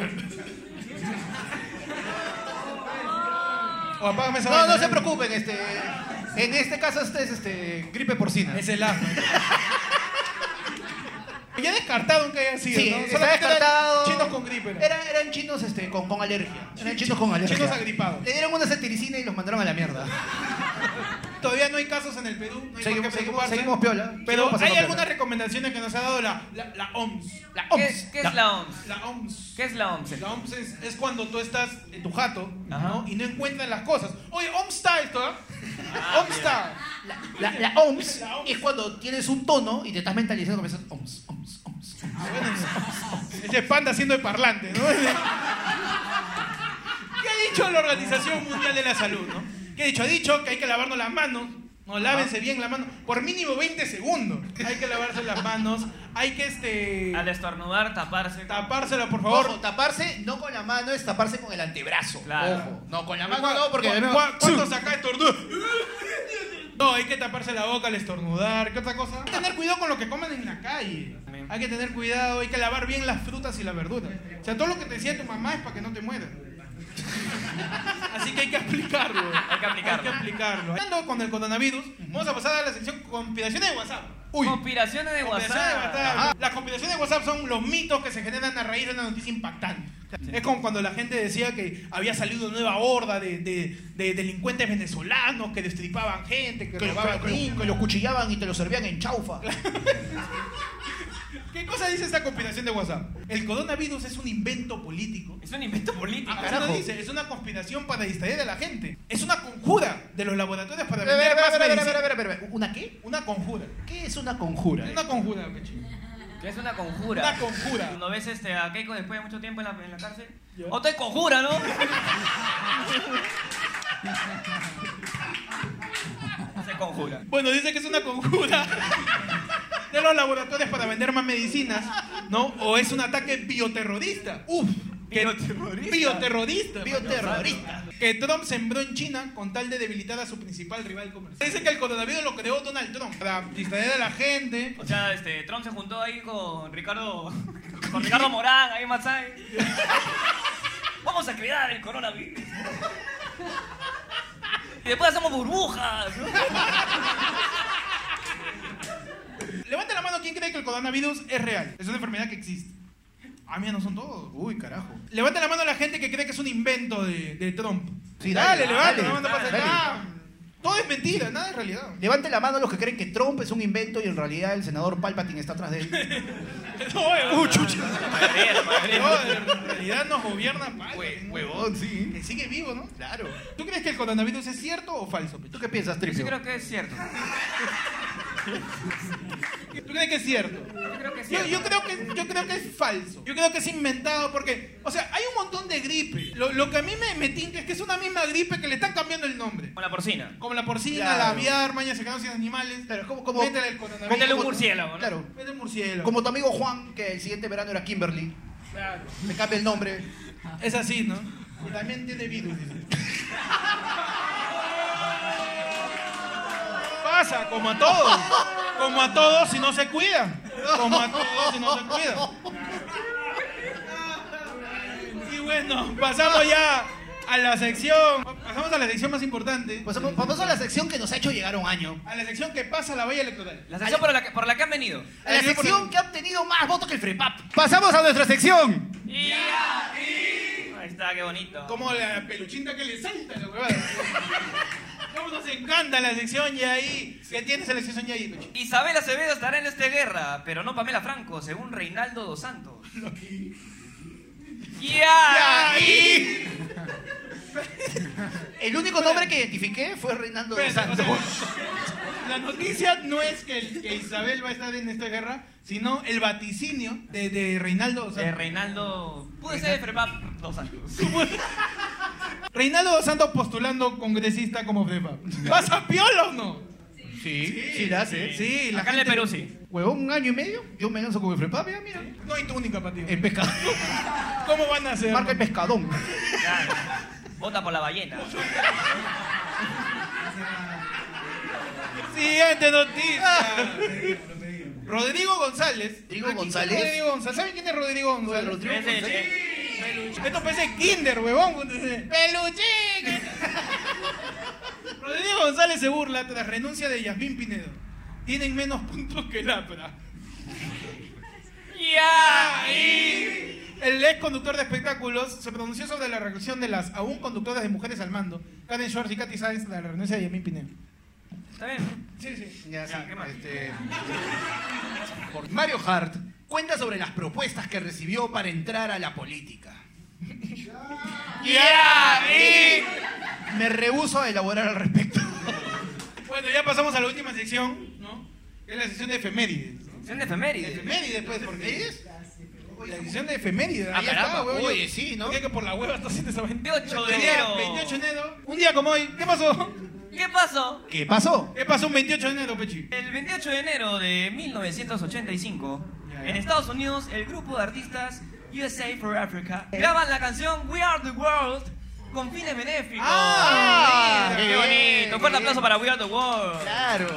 O apágame esa
No,
vaina, ¿eh?
no se preocupen, este. En este caso este es este gripe porcina.
Es el asma. ya descartaron que haya sido,
Sí,
¿no?
está
Solamente eran
descartado.
Chinos con gripe. ¿no?
Eran, eran chinos este, con, con alergia. Eran chinos con alergia.
chinos agripados.
Le dieron una cetiricina y los mandaron a la mierda.
Todavía no hay casos en el Perú, no hay por
Seguimos,
qué
seguimos,
preocuparse.
seguimos piola.
Pero
Seguimos pasando
hay
piola.
algunas recomendaciones que nos ha dado la, la, la OMS. La
¿Qué, es-
OMS.
qué es la OMS?
La OMS.
¿Qué es la OMS?
La OMS es, es cuando tú estás en tu jato
Ajá.
¿no? y no encuentras las cosas. Oye, OMS está esto, ¿ah? OMS está.
La, la- la OMS es cuando tienes un tono y te estás mentalizando que piensas OMS, OMS, OMS.
Ah, bueno, Ese panda haciendo de parlante, ¿no? ¿Qué ha dicho la Organización Mundial de la Salud, no? ¿Qué ha dicho? Ha dicho que hay que lavarnos las manos. No, lávense bien las manos. Por mínimo 20 segundos. Hay que lavarse las manos. Hay que, este...
Al estornudar, taparse.
Tapársela, por favor.
Ojo, taparse no con la mano, es taparse con el antebrazo.
Claro.
Ojo, no con la mano, no, porque...
¿Cu- cu- ¿Cuánto saca estornudo? No, hay que taparse la boca al estornudar. ¿Qué otra cosa? Hay que tener cuidado con lo que comen en la calle.
También.
Hay que tener cuidado, hay que lavar bien las frutas y las verduras. O sea, todo lo que te decía tu mamá es para que no te mueras. Así que hay que aplicarlo.
Hay que aplicarlo.
Hay que aplicarlo. Hablando con el coronavirus, vamos a pasar a la sección conspiraciones de WhatsApp.
Uy.
Conspiraciones de
Conspiraciones de
WhatsApp.
WhatsApp. Las conspiraciones de WhatsApp son los mitos que se generan a raíz de una noticia impactante. Es como cuando la gente decía que había salido una nueva horda de, de- de delincuentes venezolanos que destripaban gente, que,
Que lo,
robaban
que lo-
niños.
que lo cuchillaban y te lo servían en chaufa.
¿Qué cosa dice esta conspiración de WhatsApp? El coronavirus es un invento político.
Es un invento político.
Acá
carajo.
no dice, es una conspiración para distraer a la gente. Es una conjura de los laboratorios para
Espera,
vender
espera,
más
espera, espera,
medicina.
espera, espera, espera. ¿Una qué?
Una conjura.
¿Qué es una conjura?
Una conjura, pecho.
Que es una conjura.
Una conjura.
Cuando ves este, a Keiko después de mucho tiempo en la, en la cárcel. Otra es conjura, ¿no? Se conjura.
Bueno, dice que es una conjura de los laboratorios para vender más medicinas, ¿no? O es un ataque bioterrorista. Uf. que-
Bioterrorista.
Bioterrorista.
Bioterrorista.
Que Trump sembró en China con tal de debilitar a su principal rival comercial. Dice que el coronavirus lo creó Donald Trump para distraer a la gente.
O sea, este, Trump se juntó ahí con Ricardo, con Ricardo Morán, ahí en Masai. Vamos a crear el coronavirus. Y después hacemos burbujas. ¿no?
Levanta la mano quien cree que el coronavirus es real. Es una enfermedad que existe. Ah, mira, no son todos. Uy, carajo. Levanta la mano la gente que cree que es un invento de, de Trump.
Sí,
dale,
dale,
levanta
dale,
la mano, pasa
dale.
acá. Todo es mentira, nada es realidad.
Levante la mano los que creen que Trump es un invento y en realidad el senador Palpatine está atrás de él.
No,
¡Uh, chucha!
No, en realidad nos gobierna mal.
Huevón, sí.
Que sigue vivo, ¿no?
Claro.
¿Tú crees que el coronavirus es cierto o falso? pe?
¿Tú qué piensas,
Yo
Tripio?
creo que es cierto.
¿Tú crees que es cierto?
Yo creo que es
Yo,
cierto.
yo creo que, yo creo que es falso. Yo creo que es inventado porque, o sea, hay un montón de gripe. Lo, lo que a mí me, me tinca es que es una misma gripe que le están cambiando el nombre.
Con la porcina.
Como la porcina,
Claro.
la aviar, maña se quedaron sin animales.
Claro, es como, como,
Métele el coronavirus.
Métele un murciélago, ¿no?
claro,
Métele el murciélago.
como tu amigo Juan, que el siguiente verano era Kimberly,
Claro.
le cambia el nombre.
Ah, Es así, ¿no? Y también tiene virus. dice. Pasa, como a todos. Como a todos si no se cuidan. Como a todos si no se cuidan. Y bueno, pasamos ya a la sección. Pasamos a la sección más importante.
Pasamos, pasamos Pues, a la sección que nos ha hecho llegar un año.
A la sección que pasa la valla electoral.
La sección por la, que, por la que han venido.
A la sección que ha obtenido más votos que el FREPAP. Pasamos a nuestra sección.
Y aquí. Ahí está, qué bonito.
Como la peluchinta que le salta la huevada. Como nos encanta la sección Yaí. ¿Qué tienes en la sección Yaí, Lucho?
Isabel Acevedo estará en esta guerra, pero no Pamela Franco, según Reinaldo dos Santos. ¡Ya!
Yaí.
El único nombre que identifiqué fue Reinaldo dos
Espérate,
Santos.
o sea, La noticia no es que, el- que Isabel va a estar en esta guerra, sino el vaticinio de, de Reinaldo dos
De
Santos.
Eh, Reinaldo. Pude ser de Fremap dos Santos.
Reinaldo dos Santos postulando congresista como prepa. ¿Vas a piola o no?
Sí, sí, la hace. Sí.
Sí, la
Acá en el
gente-
Perú sí.
Huevón, un año y medio, yo me lanzo con el FREPAP, ya, mira.
No hay túnica para ti.
El pescado.
¿Cómo van a hacer?
Eh. Marca el pescadón.
Claro. Vota por la ballena.
Siguiente noticia. Rodrigo González.
Ah.
Ah,
¿Rodrigo
¿quién es
González?
Rodrigo González. ¿Saben quién es Rodrigo González?
Rodrigo
Es el-
Esto parece Kinder, huevón. ¡Peluchín! Rodrigo González se burla tras renuncia de Yasmín Pinedo. Tienen menos puntos que Lapra.
¡Ya!
El ex conductor de espectáculos se pronunció sobre la reacción de las aún conductoras de mujeres al mando, Karen Schwartz y Katy Sáenz, de la renuncia de Yasmín Pinedo.
Está bien.
Sí, sí.
Ya, sí,
¿qué más?
este, por- Mario Hart cuenta sobre las propuestas que recibió para entrar a la política. Me rehuso a elaborar al respecto.
Bueno, ya pasamos a la última sección, ¿no? Que es la sección de efemérides. ¿no?
Son de efemérides.
Efemérides, pues, porque es. La edición de efemérides.
Ah,
ahí estaba,
caramba.
huevón.
Oye, sí, ¿no?
¿Por qué que por la hueva está haciendo esa
28 de
El día
enero.
28 de enero. Un día como hoy. ¿Qué pasó?
¿Qué pasó?
¿Qué pasó?
¿Qué pasó un 28 de enero, Pechi?
El 28 de enero de 1985, en Estados Unidos, el grupo de artistas USA for Africa graban la canción We Are the World con fines benéficos.
Ah,
Sí,
qué
¡Qué
bien,
bonito! Un fuerte
qué
aplauso
bien.
para We Are the World.
Claro.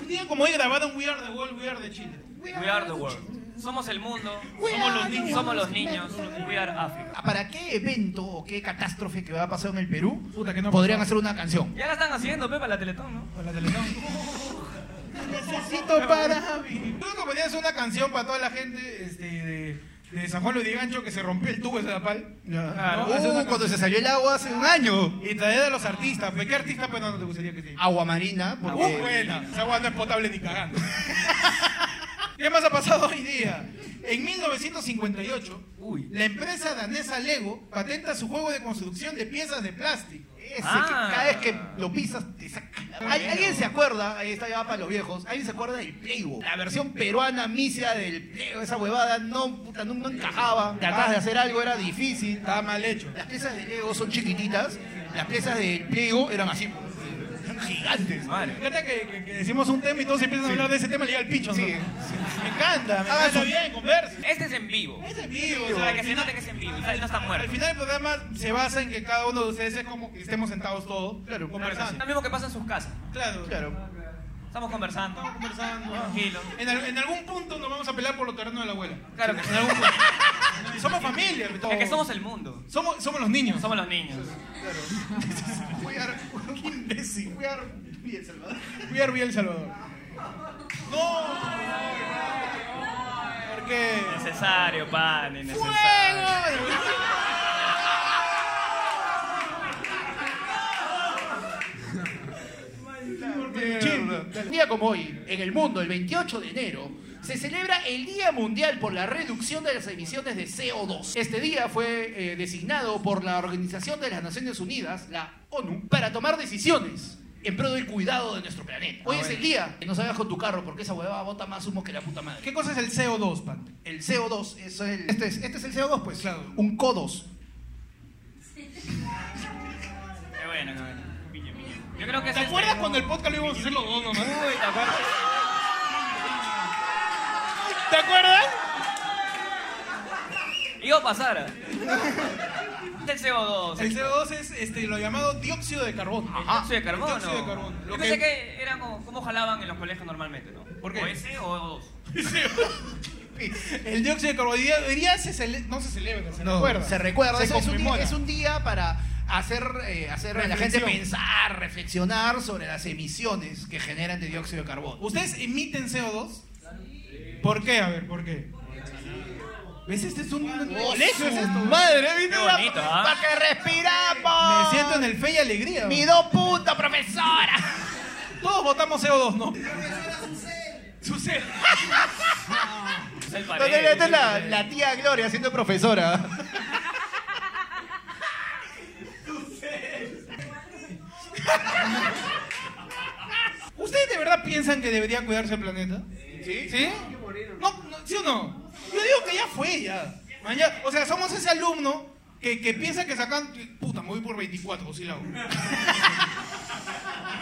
Un día como hoy grabaron We Are the World, We Are the Chile.
We Are the World. Somos el mundo, somos los niños, somos los niños, We Are Africa.
Ah, ¿Para qué evento o qué catástrofe que va a pasar en el Perú
Puta, que no
podrían
pasó.
hacer una canción?
Ya la están haciendo, Pepa, la Teletón, ¿no?
Con la Teletón. Necesito para mí. Tú que ponías una canción para toda la gente este, de, de San Juan Luis de Gancho que se rompió el tubo de Zapal.
Ah,
¿no? Hace una
uh, cuando se salió el agua hace un año.
Y traer a los artistas. pues, ¿Qué artista pues, no te gustaría que te
Agua marina,
Uh,
porque
buena. Esa agua no es potable ni cagando. ¿Qué más ha pasado hoy día? En 1958,
Uy.
la empresa danesa Lego patenta su juego de construcción de piezas de plástico.
ese
Ah.
que cada vez que lo pisas te saca. la- ¿Al- ¿Alguien se acuerda? Ahí está ya para los viejos. ¿Alguien se acuerda del Playbo? La versión peruana misia del Playbo, esa huevada no, puta, no, no encajaba. Tratabas de hacer algo, era difícil.
Está mal hecho.
Las piezas de Lego son chiquititas, las piezas del Playbo eran así, eran gigantes.
Ah.
Madre.
Fíjate que, que- que decimos un tema y todos empiezan a hablar de ese tema y llega el picho. ¿no?
Sí.
Me encanta, me
Hagan
encanta
su-
bien, conversa.
Este es en vivo.
Es en vivo, o sea,
Ah, Para que
al
se
final-
note que es en vivo, no está
Al
muerto.
final del programa se basa en que cada uno de ustedes es como que estemos sentados todos,
Claro,
conversando.
Es lo mismo que pasa en sus casas.
Claro,
Claro.
Estamos conversando,
conversando. ah.
tranquilo.
En, al- en algún punto nos vamos a pelear por los terrenos de la abuela.
Claro que sí.
En algún punto. Somos familia, pe, todos.
Es que somos el mundo,
somos, somos los niños.
somos los niños.
Voy a qué imbécil, voy a bien, Salvador.
We are El Salvador. No. Porque.
Necesario, pan, innecesario.
¡Fuego!
weón.
Un día como hoy, en el mundo, el 28 de enero, se celebra el Día Mundial por la Reducción de las Emisiones de CO2. Este día fue eh, designado por la Organización de las Naciones Unidas, la ONU, para tomar decisiones en pro del cuidado de nuestro planeta.
Ah,
Hoy es el día que no salgas con tu carro porque esa huevada bota más humo que la puta madre.
¿Qué cosa es el CO2, pan?
El CO2 es el... Este es, este es el CO2, pues. Un CO2.
Qué bueno, qué bueno. Yo creo que
¿Te acuerdas cuando el podcast lo íbamos a hacer los dos nomás?
Uy, ¿te acuerdas?
¿Te acuerdas?
Iba a pasar. Este es CO2.
El CO2 es este, lo llamado dióxido de carbono.
El dióxido de carbono.
El dióxido de carbono. Lo
Yo pensé que era como, como jalaban en los colegios normalmente, ¿no?
¿Por qué?
O ese o dos.
El dióxido de carbono hoy día, hoy día se cele- no se celebra, se recuerda.
Se recuerda.
Se
es, es un día,
conmemora.
es un día para hacer, eh, hacer a la gente
Reflexión.
pensar, reflexionar sobre las emisiones que generan de dióxido de carbono.
¿Ustedes emiten CO2? ¿Por qué? A ver, ¿por qué? ¿Ves? Este es un colegio, es esto.
madre,
Qué bonito, ¿ah?
¡Para que respiramos!
Me siento en el fe y alegría.
¡Mi dos puntos, profesora!
Todos votamos CO2, ¿no? Sucede.
Es el
Entonces,
pared.
esta es la, la tía Gloria siendo profesora.
¿Ustedes de verdad piensan que debería cuidarse el planeta? ¿Sí? ¿Sí? No, no, ¿Sí o no? Yo digo que ya fue, ya. Maña- o sea, somos ese alumno que, que piensa que sacan... Puta, me voy por 24, si la hago.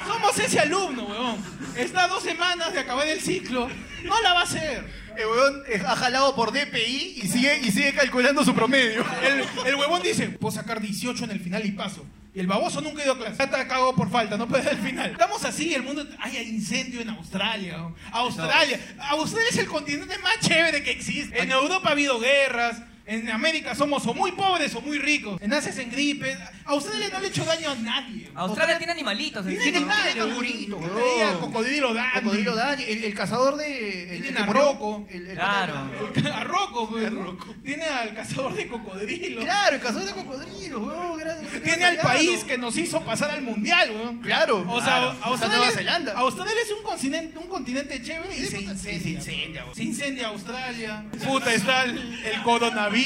Somos ese alumno, weón. Está a dos semanas de acabar el ciclo. No la va a hacer.
El huevón eh, ha jalado por DPI y sigue, y sigue calculando su promedio.
El, el huevón dice, puedo sacar 18 en el final y paso. Y el baboso nunca ha ido a clase. Está cagado por falta, no puede al final. Estamos así, el mundo... Ay, hay incendio en Australia. ¿no? Australia. Australia es el continente más chévere que existe. En Europa ha habido guerras. En América somos o muy pobres o muy ricos. En Asia es en gripe. A Australia no le ha hecho daño a nadie.
Australia tiene animalitos.
Tiene
encima.
nada de cangurito,
Te
huevón.
diga, Cocodrilo Dandy.
Cocodrilo Dani, el, el cazador de. El,
Tienen
el que
a
murió,
Rocco.
el- el-
Claro.
A Rocco, pues. Tiene al cazador de cocodrilo.
Claro, el cazador de cocodrilos, huevón. era- era
Tiene al
claro.
país que nos hizo pasar al mundial, weón.
Claro.
O sea,
Claro. Está
Australia,
Nueva Zelanda.
Australia es un continente, un continente chévere y se incendia. Se incendia, Australia. Puta, está el, el coronavirus.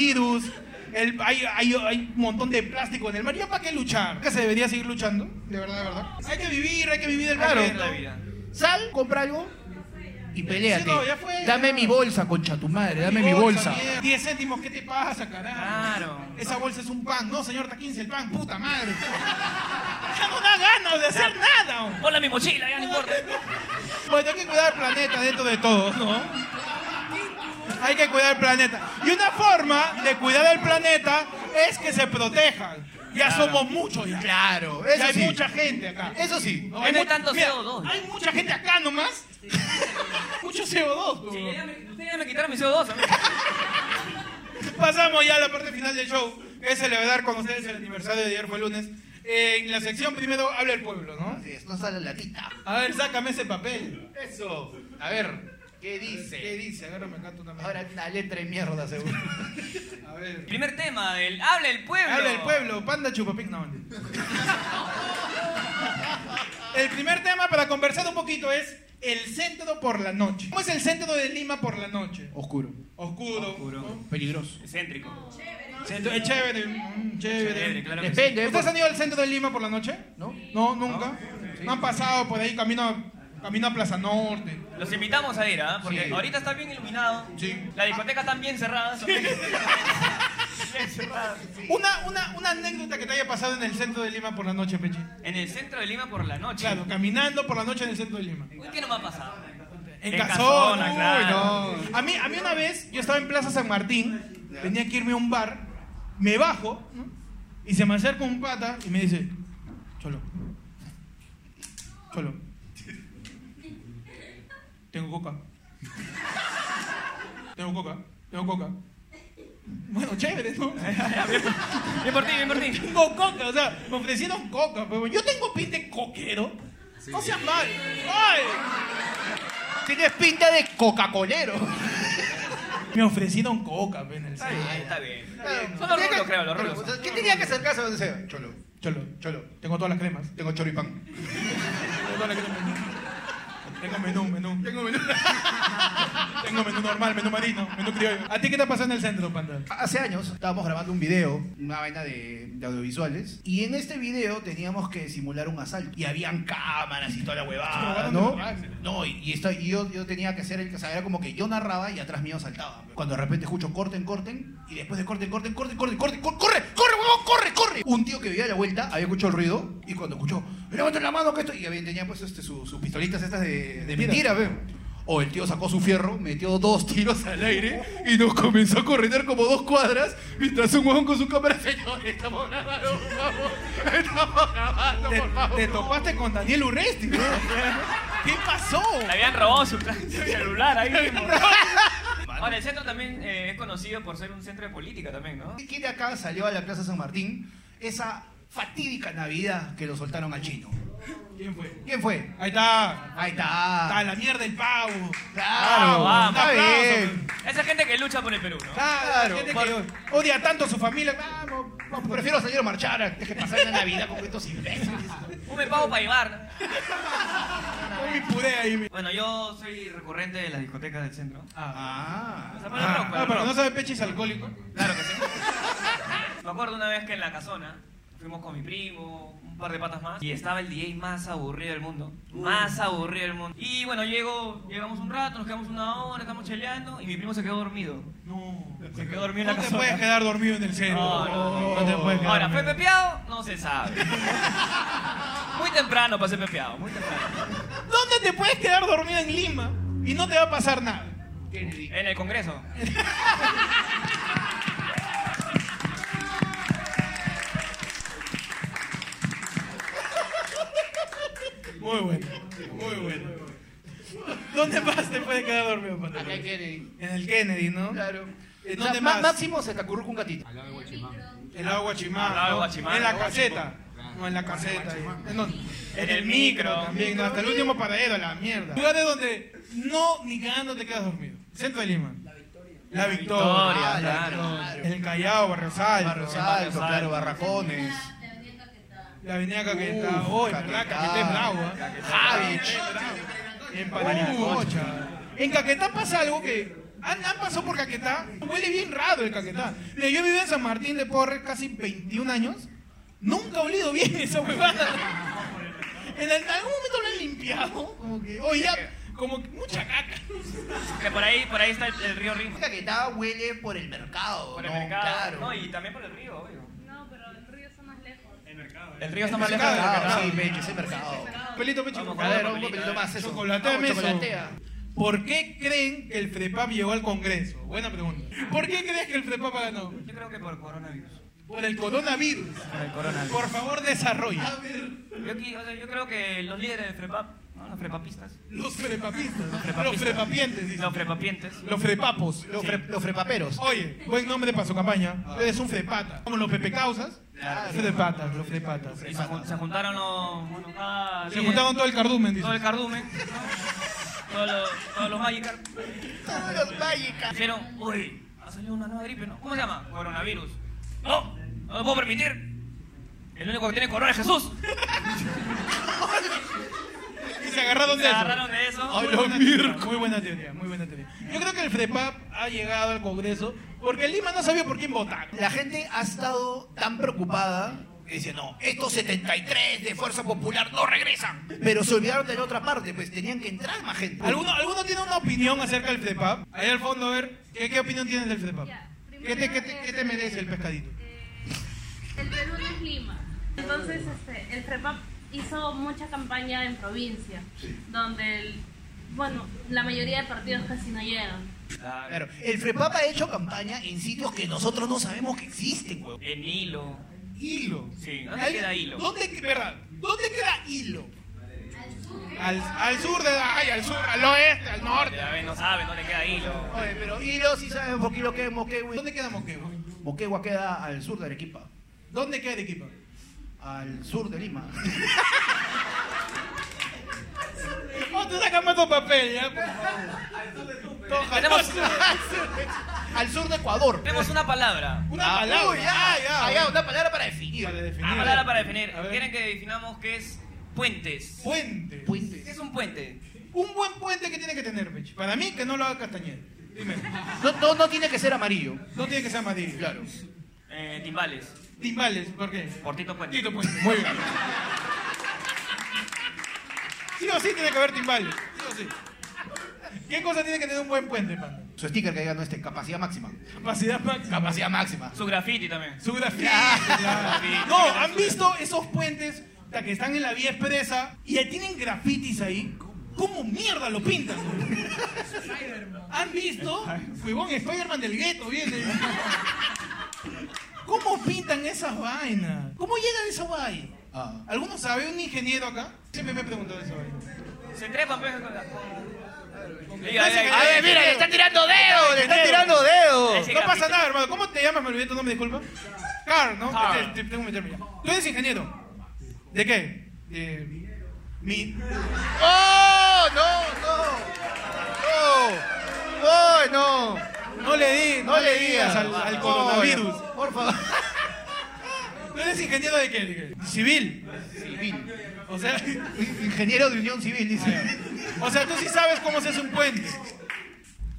El, hay, hay, hay un montón de plástico en el mar. ¿Ya para qué luchar? Que se debería seguir luchando. De verdad, de verdad. Hay que vivir, hay que vivir el
Claro.
planeta.
La vida.
Sal, compra algo y peleate.
Sí, no, ya fue,
dame
ya.
mi bolsa, concha tu madre, dame mi bolsa.
mierda. 10 céntimos, ¿qué te pasa, carajo?
Claro.
Esa bolsa es un pan. No, señor, está 15 el pan, puta madre. Ya no da ganas de hacer nada. hombre.
Ponla en mi mochila, ya no importa.
Bueno, hay que cuidar el planeta dentro de todo, ¿no? Hay que cuidar el planeta. Y una forma de cuidar el planeta es que se protejan. Ya somos muchos ya.
Claro,
Ya
eso
hay
sí.
mucha gente acá.
Eso sí.
No,
No hay
mu-
tanto CO2.
Hay mucha gente acá nomás. Mucho CO2.
Sí,
weón.
ya me- Ustedes ya me quitaron mi CO2. amigo.
Pasamos ya a la parte final del show, que es celebrar con ustedes el aniversario de ayer fue lunes. Eh, en la sección primero habla el pueblo, ¿no?
Así es, No sale la tita.
A ver, sácame ese papel.
Eso. A ver, ¿qué dice?
¿Qué dice? Agárrame acá una mano.
Ahora una letra de mierda, seguro.
A ver.
Primer tema, del habla el pueblo.
Habla el pueblo, panda chupapín, no. mentira. El primer tema para conversar un poquito es el centro por la noche. ¿Cómo es el centro de Lima por la noche?
Oscuro.
Oscuro. ¿no?
Peligroso.
Excéntrico.
Centro- Es chévere, mm,
Chévere,
chévere.
claro que sí.
Depende,
¿Ustedes
por-
han ido al centro de Lima por la noche?
¿no?
No, nunca. No han pasado por ahí camino a, camino a Plaza Norte.
Los invitamos a ir, ¿ah? Porque
Sí.
ahorita está bien iluminado.
Sí.
Las discotecas están bien cerradas. también. Bien cerradas.
Una, una, una anécdota que te haya pasado en el centro de Lima por la noche, Pechi.
En el centro de Lima por la noche.
Claro, caminando por la noche en el centro de Lima.
Uy, ¿qué nos va a pasar?
En,
En
Casona,
Casona,
uy,
claro.
no. A mí, a mí una vez, yo estaba en Plaza San Martín, tenía que irme a un bar, me bajo, ¿no? y se me acerca un pata y me dice, Cholo, Cholo, tengo coca, tengo coca, tengo coca. Bueno, chévere, ¿no?
Bien por ti, bien por ti.
tengo coca, o sea, me ofrecieron coca, pero yo tengo pinta de coquero. No seas mal. ¡Ay!
Tienes pinta de Coca-Colero.
Me ofrecieron coca, pe, en el
Está
centro.
bien, está bien.
Claro.
Son los
Tenía
rulos,
que-
creo, los rulos.
o sea, ¿Qué tenía que acercarse a donde sea? Cholo,
Cholo, cholo, tengo todas las cremas.
tengo choripán.
Tengo todas las cremas. Tengo menú, menú. Tengo menú. Tengo menú normal, menú marino, menú criollo. ¿A ti qué te pasó en el centro, Panda?
Hace años estábamos grabando un video, una vaina de, de audiovisuales, y en este video teníamos que simular un asalto. Y habían cámaras y toda la huevada,
Robaron
¿no?
mi celular.
No, y, y esto- y yo, yo tenía que ser el que, o sea, era como que yo narraba y atrás mío saltaba. Cuando de repente escucho corten, corten, y después de corten, corten, corten, corten, corten, cor- corre, corre, huevón, corre, corre. Un tío que vivía a la vuelta había escuchado el ruido, y cuando escuchó, levanten la mano que esto, y había- tenía pues este, su- sus pistolitas estas de, de mentira, ve. O el tío sacó su fierro, metió dos tiros al aire y nos comenzó a correr como dos cuadras mientras un huevón con su cámara, señores, estamos grabando, vamos, estamos grabando,
Te,
por favor.
te topaste con Daniel Urresti, ¿no? ¿Qué pasó?
Le habían robado su, su celular ahí mismo. Ahora, el centro también eh, es conocido por ser un centro de política también, ¿no?
¿Quién de acá salió a la Plaza San Martín esa fatídica Navidad que lo soltaron al chino?
¿Quién fue?
¿Quién fue?
Ahí está.
Ahí
A
está.
la mierda el pavo.
Claro,
vamos.
está bien.
Aplausos.
Esa gente que lucha por el Perú, ¿no?
Claro.
Claro. Gente que odia tanto a su familia. Vamos.
Vamos, Prefiero salir a marchar antes que pasar la Navidad con estos imbéciles.
Un me pago para llevar.
Uy, pude ahí. mi-
Bueno, yo soy recurrente de las discotecas del centro.
Ah.
O sea, para el rock, para
Ah,
el
pero
rock.
no sabe Peche es alcohólico.
Claro que sí. Me acuerdo una vez que en la casona fuimos con mi primo, un par de patas más, y estaba el DJ más aburrido del mundo. Más aburrido del mundo. Y bueno, llego, llegamos un rato, nos quedamos una hora, estamos cheleando, y mi primo se quedó dormido.
No.
Se quedó dormido en
No
la
te
casona.
puedes quedar dormido en el centro.
No, no, no.
te puedes quedar
Ahora, ¿fue
dormido.
pepeado? No se sabe. Muy temprano para ser pepeado, muy temprano.
¿Dónde te puedes quedar dormido en Lima y no te va a pasar nada?
En el Congreso.
Muy bueno, muy bueno. ¿Dónde más te puedes quedar dormido, Pato?
Acá hay Kennedy.
En el Kennedy, ¿no?
Claro.
¿En
Ma-
dónde
ma-
más?
Máximo se te acurruca un gatito.
El agua chimán.
Al lado de Guachimán.
En la caseta. No, en la caseta. ahí. ¿En dónde?
En el micro.
También, no, hasta el último paradero, la mierda. Lugares donde no, ni cagando te quedas dormido. Centro de Lima. La Victoria.
Victoria,
Ah, la
claro.
Victoria. El Callao, Barrio Salto.
Barrio Salto,
Barrio
claro,
Salto.
Barracones.
La avenida Caquetá.
Uf,
Oh, en verdad,
Caquetá.
Caquetá es bravo, ¿eh?
Javich.
En Panaricocha. Uh, En Caquetá pasa algo que. ¿Han, han pasado por Caquetá? Huele bien raro el Caquetá. Mira, yo he vivido en San Martín de Porres casi 21 años. Nunca he olido bien esa huevada. En el- algún momento lo han limpiado. Como que. Oye, ya. Como que mucha caca.
Que por ahí, por ahí está el, el río Rin.
Música que está huele por el mercado,
Por el
¿no?
mercado.
Claro.
No, y también por el río, obvio.
No, pero el río está más lejos.
El mercado, ¿eh?
El río está más
El
lejos del
mercado,
mercado.
Sí, pecho, ese mercado.
Pelito, pecho.
Vamos,
A ver, un
papelito,
papelito más eso.
Chocolatea,
Vamos,
meso.
chocolatea.
¿Por qué creen que el FREPAP llegó al Congreso? Buena pregunta. ¿Por qué crees que el FREPAP ganó?
Yo creo que por coronavirus.
Por el coronavirus.
Por el coronavirus.
Por favor, desarrolla.
Yo, aquí- o sea, yo creo que los líderes de Frepap, ¿no? los frepapistas,
Los frepapistas. Los
frepapistas.
frepapientes, dice.
los frepapientes,
Los frepapos.
Los, fre- los frepaperos.
Oye, buen nombre para su campaña. Eres un frepata. Como los pepecausas. Frepatas, los frepatas.
y se, jun- se juntaron los... bueno, cada
Se
líder,
juntaron todo el cardumen,
todo el
dice.
cardumen, todos los, todos los Magikarp.
Todos los mágicas.
Dijeron, uy, ha salido una nueva gripe, ¿no? ¿Cómo se llama? Coronavirus. No, no lo puedo permitir. El único que tiene corona es Jesús.
Y se agarraron de
Se
eso.
agarraron de eso.
Ay, la mierda. Muy buena teoría, muy buena teoría. Yo creo que el FREPAP ha llegado al Congreso porque Lima no sabía por quién votar.
La gente ha estado tan preocupada que dice, no, estos 73 de Fuerza Popular no regresan. Pero se olvidaron de la otra parte, pues tenían que entrar más gente.
¿Alguno, ¿Alguno tiene una opinión acerca del FREPAP? Ahí al fondo, a ver, ¿qué, qué opinión tienes del FREPAP?
Ya, primero,
¿Qué te, qué te-
eh,
qué te merece el pescadito?
eh, el Perú no es Lima. Entonces, este, el FREPAP hizo mucha campaña en provincia, donde, el- bueno, la mayoría de partidos casi no llegan.
Claro. El FREPAP ha hecho campaña en sitios que nosotros no sabemos que existen, huevón.
En hilo.
Hilo.
Sí, ¿dónde
Ahí-
queda hilo?
¿Dónde, que- verdad, ¿Dónde queda hilo? Al, al sur de ay, al sur, al oeste, al norte.
Ya ven, no sabe, no le queda hilo.
Oye, pero Hilo sí sabemos por Hilo queda en Moquegua.
¿Dónde queda Moquegua?
Moquegua queda al sur de Arequipa,
¿Dónde queda Arequipa?
al sur de Lima.
Oh, te sacan más tu papel, ya, por favor. Todo
Tenemos-
al sur de Ecuador.
Tenemos una palabra.
Una palabra.
uy, ya, ya. Ah, ya, una palabra para definir.
Para definir.
Una palabra para definir.
A ver.
Quieren que definamos qué es puentes.
Puente.
Puente.
¿Qué es un puente?
un buen puente que tiene que tener, pech. Para mí, que no lo haga Castañeda. Dime.
No, no, no tiene que ser amarillo.
No tiene que ser Madrid.
Claro.
Eh, timbales.
Timbales, ¿por qué?
Por Tito Puente.
Tito Puente. Muy bien. Sí o sí tiene que haber timbales. Sí o sí. ¿Qué cosa tiene que tener un buen puente, panda?
Su sticker que diga no este, capacidad máxima.
Capacidad máxima.
Capacidad máxima.
Su graffiti también.
Su grafiti, ya. No, ¿han visto esos puentes la que están en la vía expresa y ahí tienen grafitis ahí? ¿Cómo mierda lo pintan? güey? ¿Han visto? Huevón, Spider-Man del gueto viene. ¿Cómo pintan esas vainas? ¿Cómo llegan a esa vaina?
Ah.
¿Alguno sabe? ¿Un ingeniero acá? Siempre me he preguntado eso. güey.
Se trepan, pues. con la- Ahí,
Parece
ahí,
que-
ahí,
A ver, mira,
le están tirando dedos, le están tirando dedos.
Ese
No
grafiti.
pasa nada, hermano. ¿Cómo te llamas? Me olvidé tu nombre, disculpa. Car, ¿no? Este,
Carl.
Te- te- tengo que meterme ya. Tú eres ingeniero. ¿De qué? De... Mi...
¡Oh! ¡No, no! ¡No! ¡Oh, no!
¡Oh! No le di, no, le digas al, al
No,
coronavirus.
Por favor.
¿Tú eres ingeniero de qué? Dije, Civil. O sea,
Ingeniero de Unión Civil, dice.
o sea, tú sí sabes cómo se hace un puente.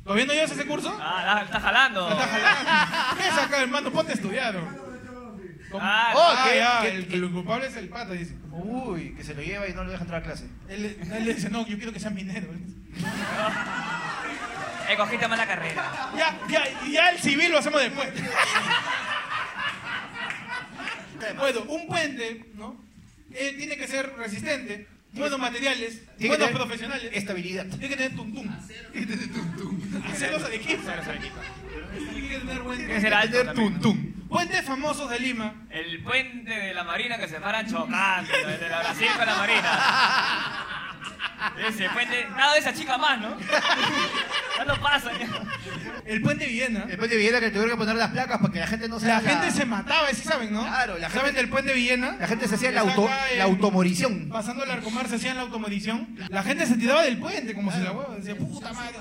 ¿Todavía no llevas ese curso?
Ah, la- está jalando.
Está jalando. ¿Qué es acá, hermano? Ponte a estudiar. ¿no?
Ah,
Oh,
Ah,
¿qué-
ya,
qué-
el,
qué-
el culpable es el pata, dice.
Uy, que se lo lleva y no lo deja entrar a clase.
Él, él le dice, no, yo quiero que sea minero.
eh, cogiste mala carrera.
Ya, ya, ya el civil lo hacemos después. Bueno, un puente, ¿no? Eh, tiene que ser resistente, buenos materiales,
Tiene que
buenos
tener
profesionales.
Estabilidad.
Tiene que tener tuntum. Tiene que tener tuntum. Hacerlos al equipo. Tiene que tener buen
Tiene que ser alto también, ¿no?
Puentes famosos de Lima.
El puente de la Marina que se para chocando. El de la Brasil con la Marina. Ese puente. Nada de esa chica más, ¿no? Ya no pasa. ya.
El puente Villena.
El puente de Villena que tuvieron que poner las placas para que la gente no se
La
haga-
gente se mataba, sí saben, ¿no?
Claro, la
¿Saben
gente-
del puente Villena?
La gente se hacía la,
Está
auto,
eh.
acá en-
la automorición.
Pasando el arcomar se hacían la automodición. La gente se tiraba del puente como si la hueva. Decía, puta madre.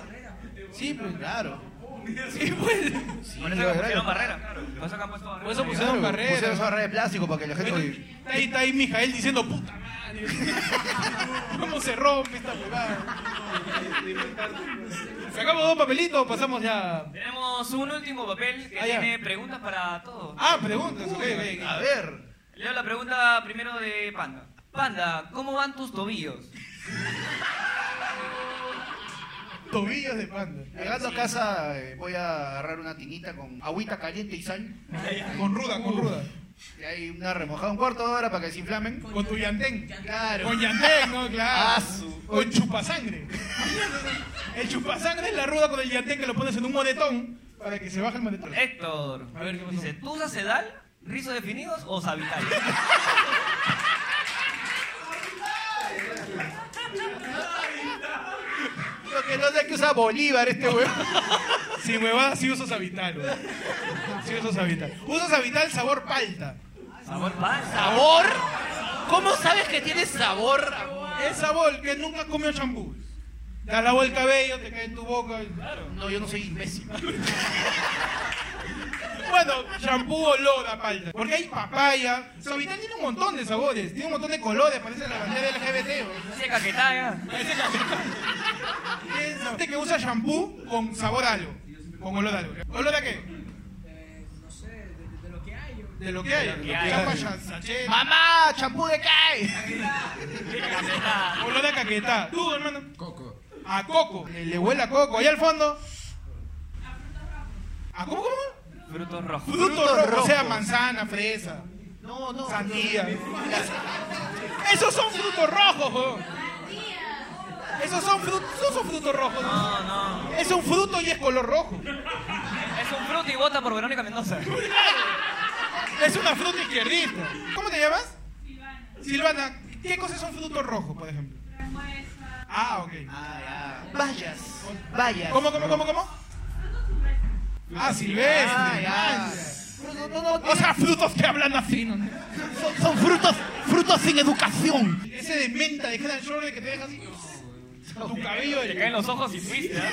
Sí, pues.
Claro.
Sí, pues.
Por eso que pusieron barrera, claro. Por eso que han puesto barrera.
Por eso pusieron barreras.
Pusieron esa barrera de plástico para que la gente...
Bueno, está ahí, está ahí Mijael diciendo, puta madre. ¿Cómo se rompe esta huevada? Sacamos dos papelitos, pasamos ya.
Tenemos un último papel que
Ah, ya.
tiene preguntas para todos.
Ah, preguntas. ok, ok, ok.
A ver.
Leo la pregunta primero de Panda. Panda, ¿cómo van tus tobillos?
Tobillos de panda.
Llegando a casa eh, voy a agarrar una tinita con agüita caliente y sal.
Con ruda, con ruda.
Y hay una remojada un cuarto de hora para que se inflamen.
Con tu llantén.
Claro.
Con llantén, ¿no? Claro.
Ah, su-
Con chupasangre. El chupasangre es la ruda con el llantén que lo pones en un moletón para que se baje el moletón.
Héctor,
A ver, ¿qué pasó?
dice, ¿tú usas sedal, rizos definidos o sabital?
Lo que no sé es que usa Bolívar este huevón.
Si huevada, sí uso sabital. güey. Sí uso sabital. Uso sabital sabor palta.
Sabor pasta.
¿Sabor? ¿Cómo sabes que tiene sabor?
Es sabor que nunca comió champú. Te has lavado el cabello, te cae en tu boca.
No, yo no soy imbécil.
Bueno, champú olor a palta. Porque hay papaya. Sabital tiene un montón de sabores. Tiene un montón de colores. Parece la bandera LGBT. güey.
Dice caquetá,
Es gente que usa shampoo con sabor a algo, con olor a algo. ¿Olor a qué? Eh, De lo que hay. De lo que hay. Chapa, cha- sachet.
¡Mamá! Ah, ¡Champú de cae!
Olor a caquetá. ¿Tú, hermano? Coco. A coco. Le, le huele a coco. Allá al fondo. ¿A cómo, cómo?
frutos rojos.
Fruto, rojo,
rojo.
O sea, manzana, fresa,
No, no.
sandía. Esos son frutos rojos, jo. Esos son frutos, esos son frutos rojos. ¿no?
No, no.
Es un fruto y es color rojo.
Es un fruto y vota por Verónica Mendoza.
Es una fruta izquierdista. ¿Cómo te llamas? Silvana. Silvana, ¿qué cosas son frutos rojos, por ejemplo? Ah, ok.
Ah, ya. Vayas. Vayas.
¿Cómo, cómo, cómo, cómo? Ah, silvestre.
Ah, ya. No, no, no,
O sea, frutos que hablan así, ¿no?
son, son frutos, frutos sin educación.
Ese de menta de Helen Schroeder que te deja así. Tu cabello
Te
de...
caen los ojos y fuiste, ¿ah?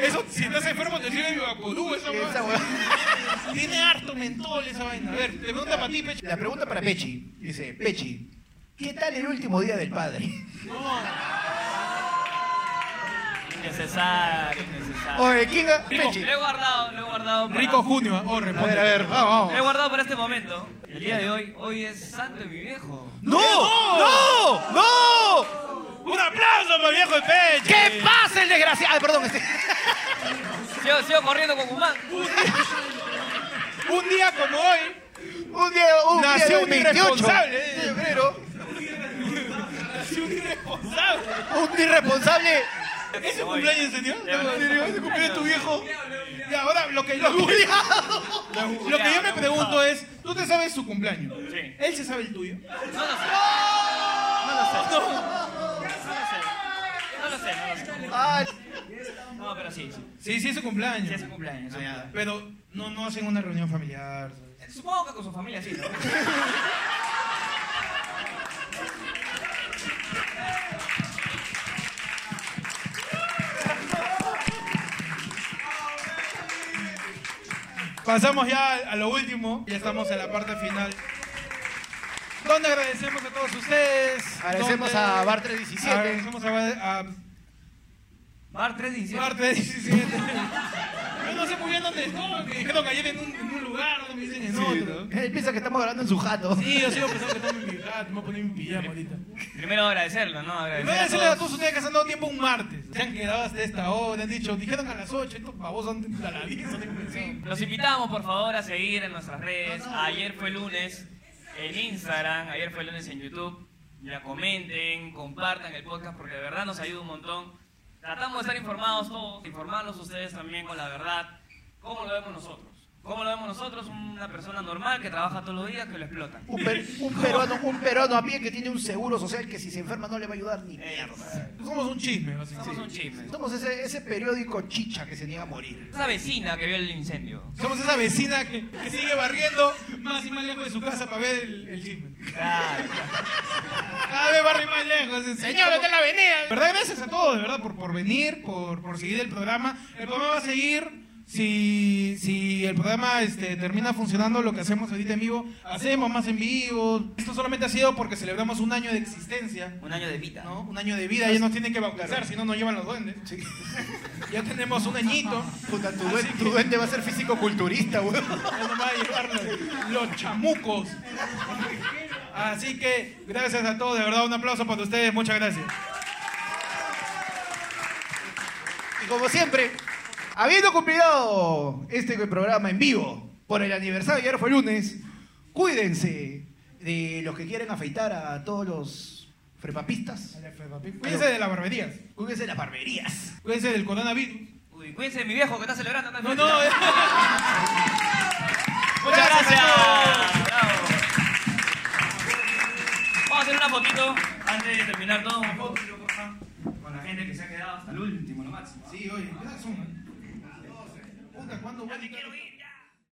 Eso, si estás enfermo, te sirve Vivaporú, esa
Esa
hueá.
huevada.
Tiene harto mentol esa vaina. A ver, te pregunta para ti, Peche.
La pregunta para Pechi. Dice, Pechi, ¿qué tal el último día del padre?
Necesario, necesario.
Oye, ¿quién ga-
Lo
Pechi.
he guardado, lo he guardado. para-
Rico Junio, ¿ah? oh,
A ver,
responde.
a ver, vamos.
Lo he
vamos.
guardado para este momento. El día de hoy, hoy es santo de mi viejo.
¡No! ¡No! ¡No!
Un aplauso para el viejo de Peche.
¿Qué pasa el desgraciado? Ay, perdón. este-
Sigo, sigo corriendo con Guzmán.
Un día como hoy
Un día, un día
nació
del
un
28
irresponsable.
de
eh.
febrero,
Nació un irresponsable.
un irresponsable.
¿Es su cumpleaños, señor?
Ya,
¿No?
ya.
¿En serio? ¿Es su cumpleaños tu viejo? Y ahora lo que yo, lo que yo me pregunto es, ¿tú te sabes su cumpleaños?
Sí.
¿Él se sabe el tuyo?
No lo sé. No lo sé, no lo sé. No, lo sé,
Ay,
no pero sí, sí.
Sí, sí es su cumpleaños.
Sí es su cumpleaños. es su
Ah, ya. Pero no, no hacen una reunión familiar. ¿sabes?
cumpleaños. Supongo que con su familia sí, ¿no?
Pasamos ya a lo último. Ya estamos en la parte final. Donde agradecemos a todos ustedes.
agradecemos
donde-
a Bar 317.
Agradecemos a, a
Mar 317.
Marte 17. Yo no sé muy bien dónde estoy. Me dijeron que ayer en un, en un lugar, ahora me dicen en otro.
Él Eh, piensa que estamos hablando en su jato.
Sí, yo sigo pensando que tengo mi pijama, me voy a poner mi pijama ahorita.
Primero agradecerlo, ¿no?
Y
Agradecer
voy
a
a decirle a
todos.
todos ustedes que se han dado tiempo un martes. Se han quedado hasta esta hora, han dicho, dijeron a las 8, estos pavos son a las 10. son de- sí.
Los invitamos, por favor, a seguir en nuestras redes. Ayer fue lunes en Instagram, ayer fue lunes en YouTube. Ya comenten, compartan el podcast porque de verdad nos ayuda un montón. Tratamos de estar informados todos, informarlos ustedes también con la verdad. ¿Cómo lo vemos nosotros? ¿Cómo lo vemos nosotros? Una persona normal que trabaja todos los días que lo explotan.
Un, per- un peruano, un peruano a pie que tiene un seguro social que si se enferma no le va a ayudar ni
Eh,
mierda.
Somos un chisme,
somos
básicamente.
un chisme.
Somos ese, ese periódico chicha que se niega a morir.
Esa vecina que vio el incendio.
Somos esa vecina que, que sigue barriendo más y más lejos de su casa para ver el, el chisme.
Claro.
Cada vez barrio más lejos. Señor, está en la avenida. De verdad, gracias a todos, de verdad, por, por venir, por, por seguir el programa. El programa va a seguir. Si, si el programa este, termina funcionando, lo que hacemos ahorita en vivo, hacemos más en vivo. Esto solamente ha sido porque celebramos un año de existencia,
Un año de vida.
¿no? Un año de vida, ya nos tienen que bautizar, si no nos llevan los duendes. ya tenemos un añito.
Puta, tu,
Así
duen- tu duende va a ser físico-culturista, weón.
Ya nos va a llevar los, los chamucos. Así que gracias a todos, de verdad un aplauso para ustedes, muchas gracias.
Y como siempre, habiendo cumplido este programa en vivo por el aniversario, y ahora fue lunes, cuídense de los que quieren afeitar a todos los frepapistas.
Cuídense de las barberías,
Cuídense de las barberías.
cuídense del coronavirus.
Uy, cuídense de mi viejo que está celebrando. está
No, no.
feliz. Muchas gracias. Bravo. Vamos a hacer una fotito antes de terminar todo. Una foto, por favor, con la gente que se ha quedado hasta el último, lo máximo.
Sí, oye, ¿qué es Puta, ¿cuándo voy a
Quiero ir.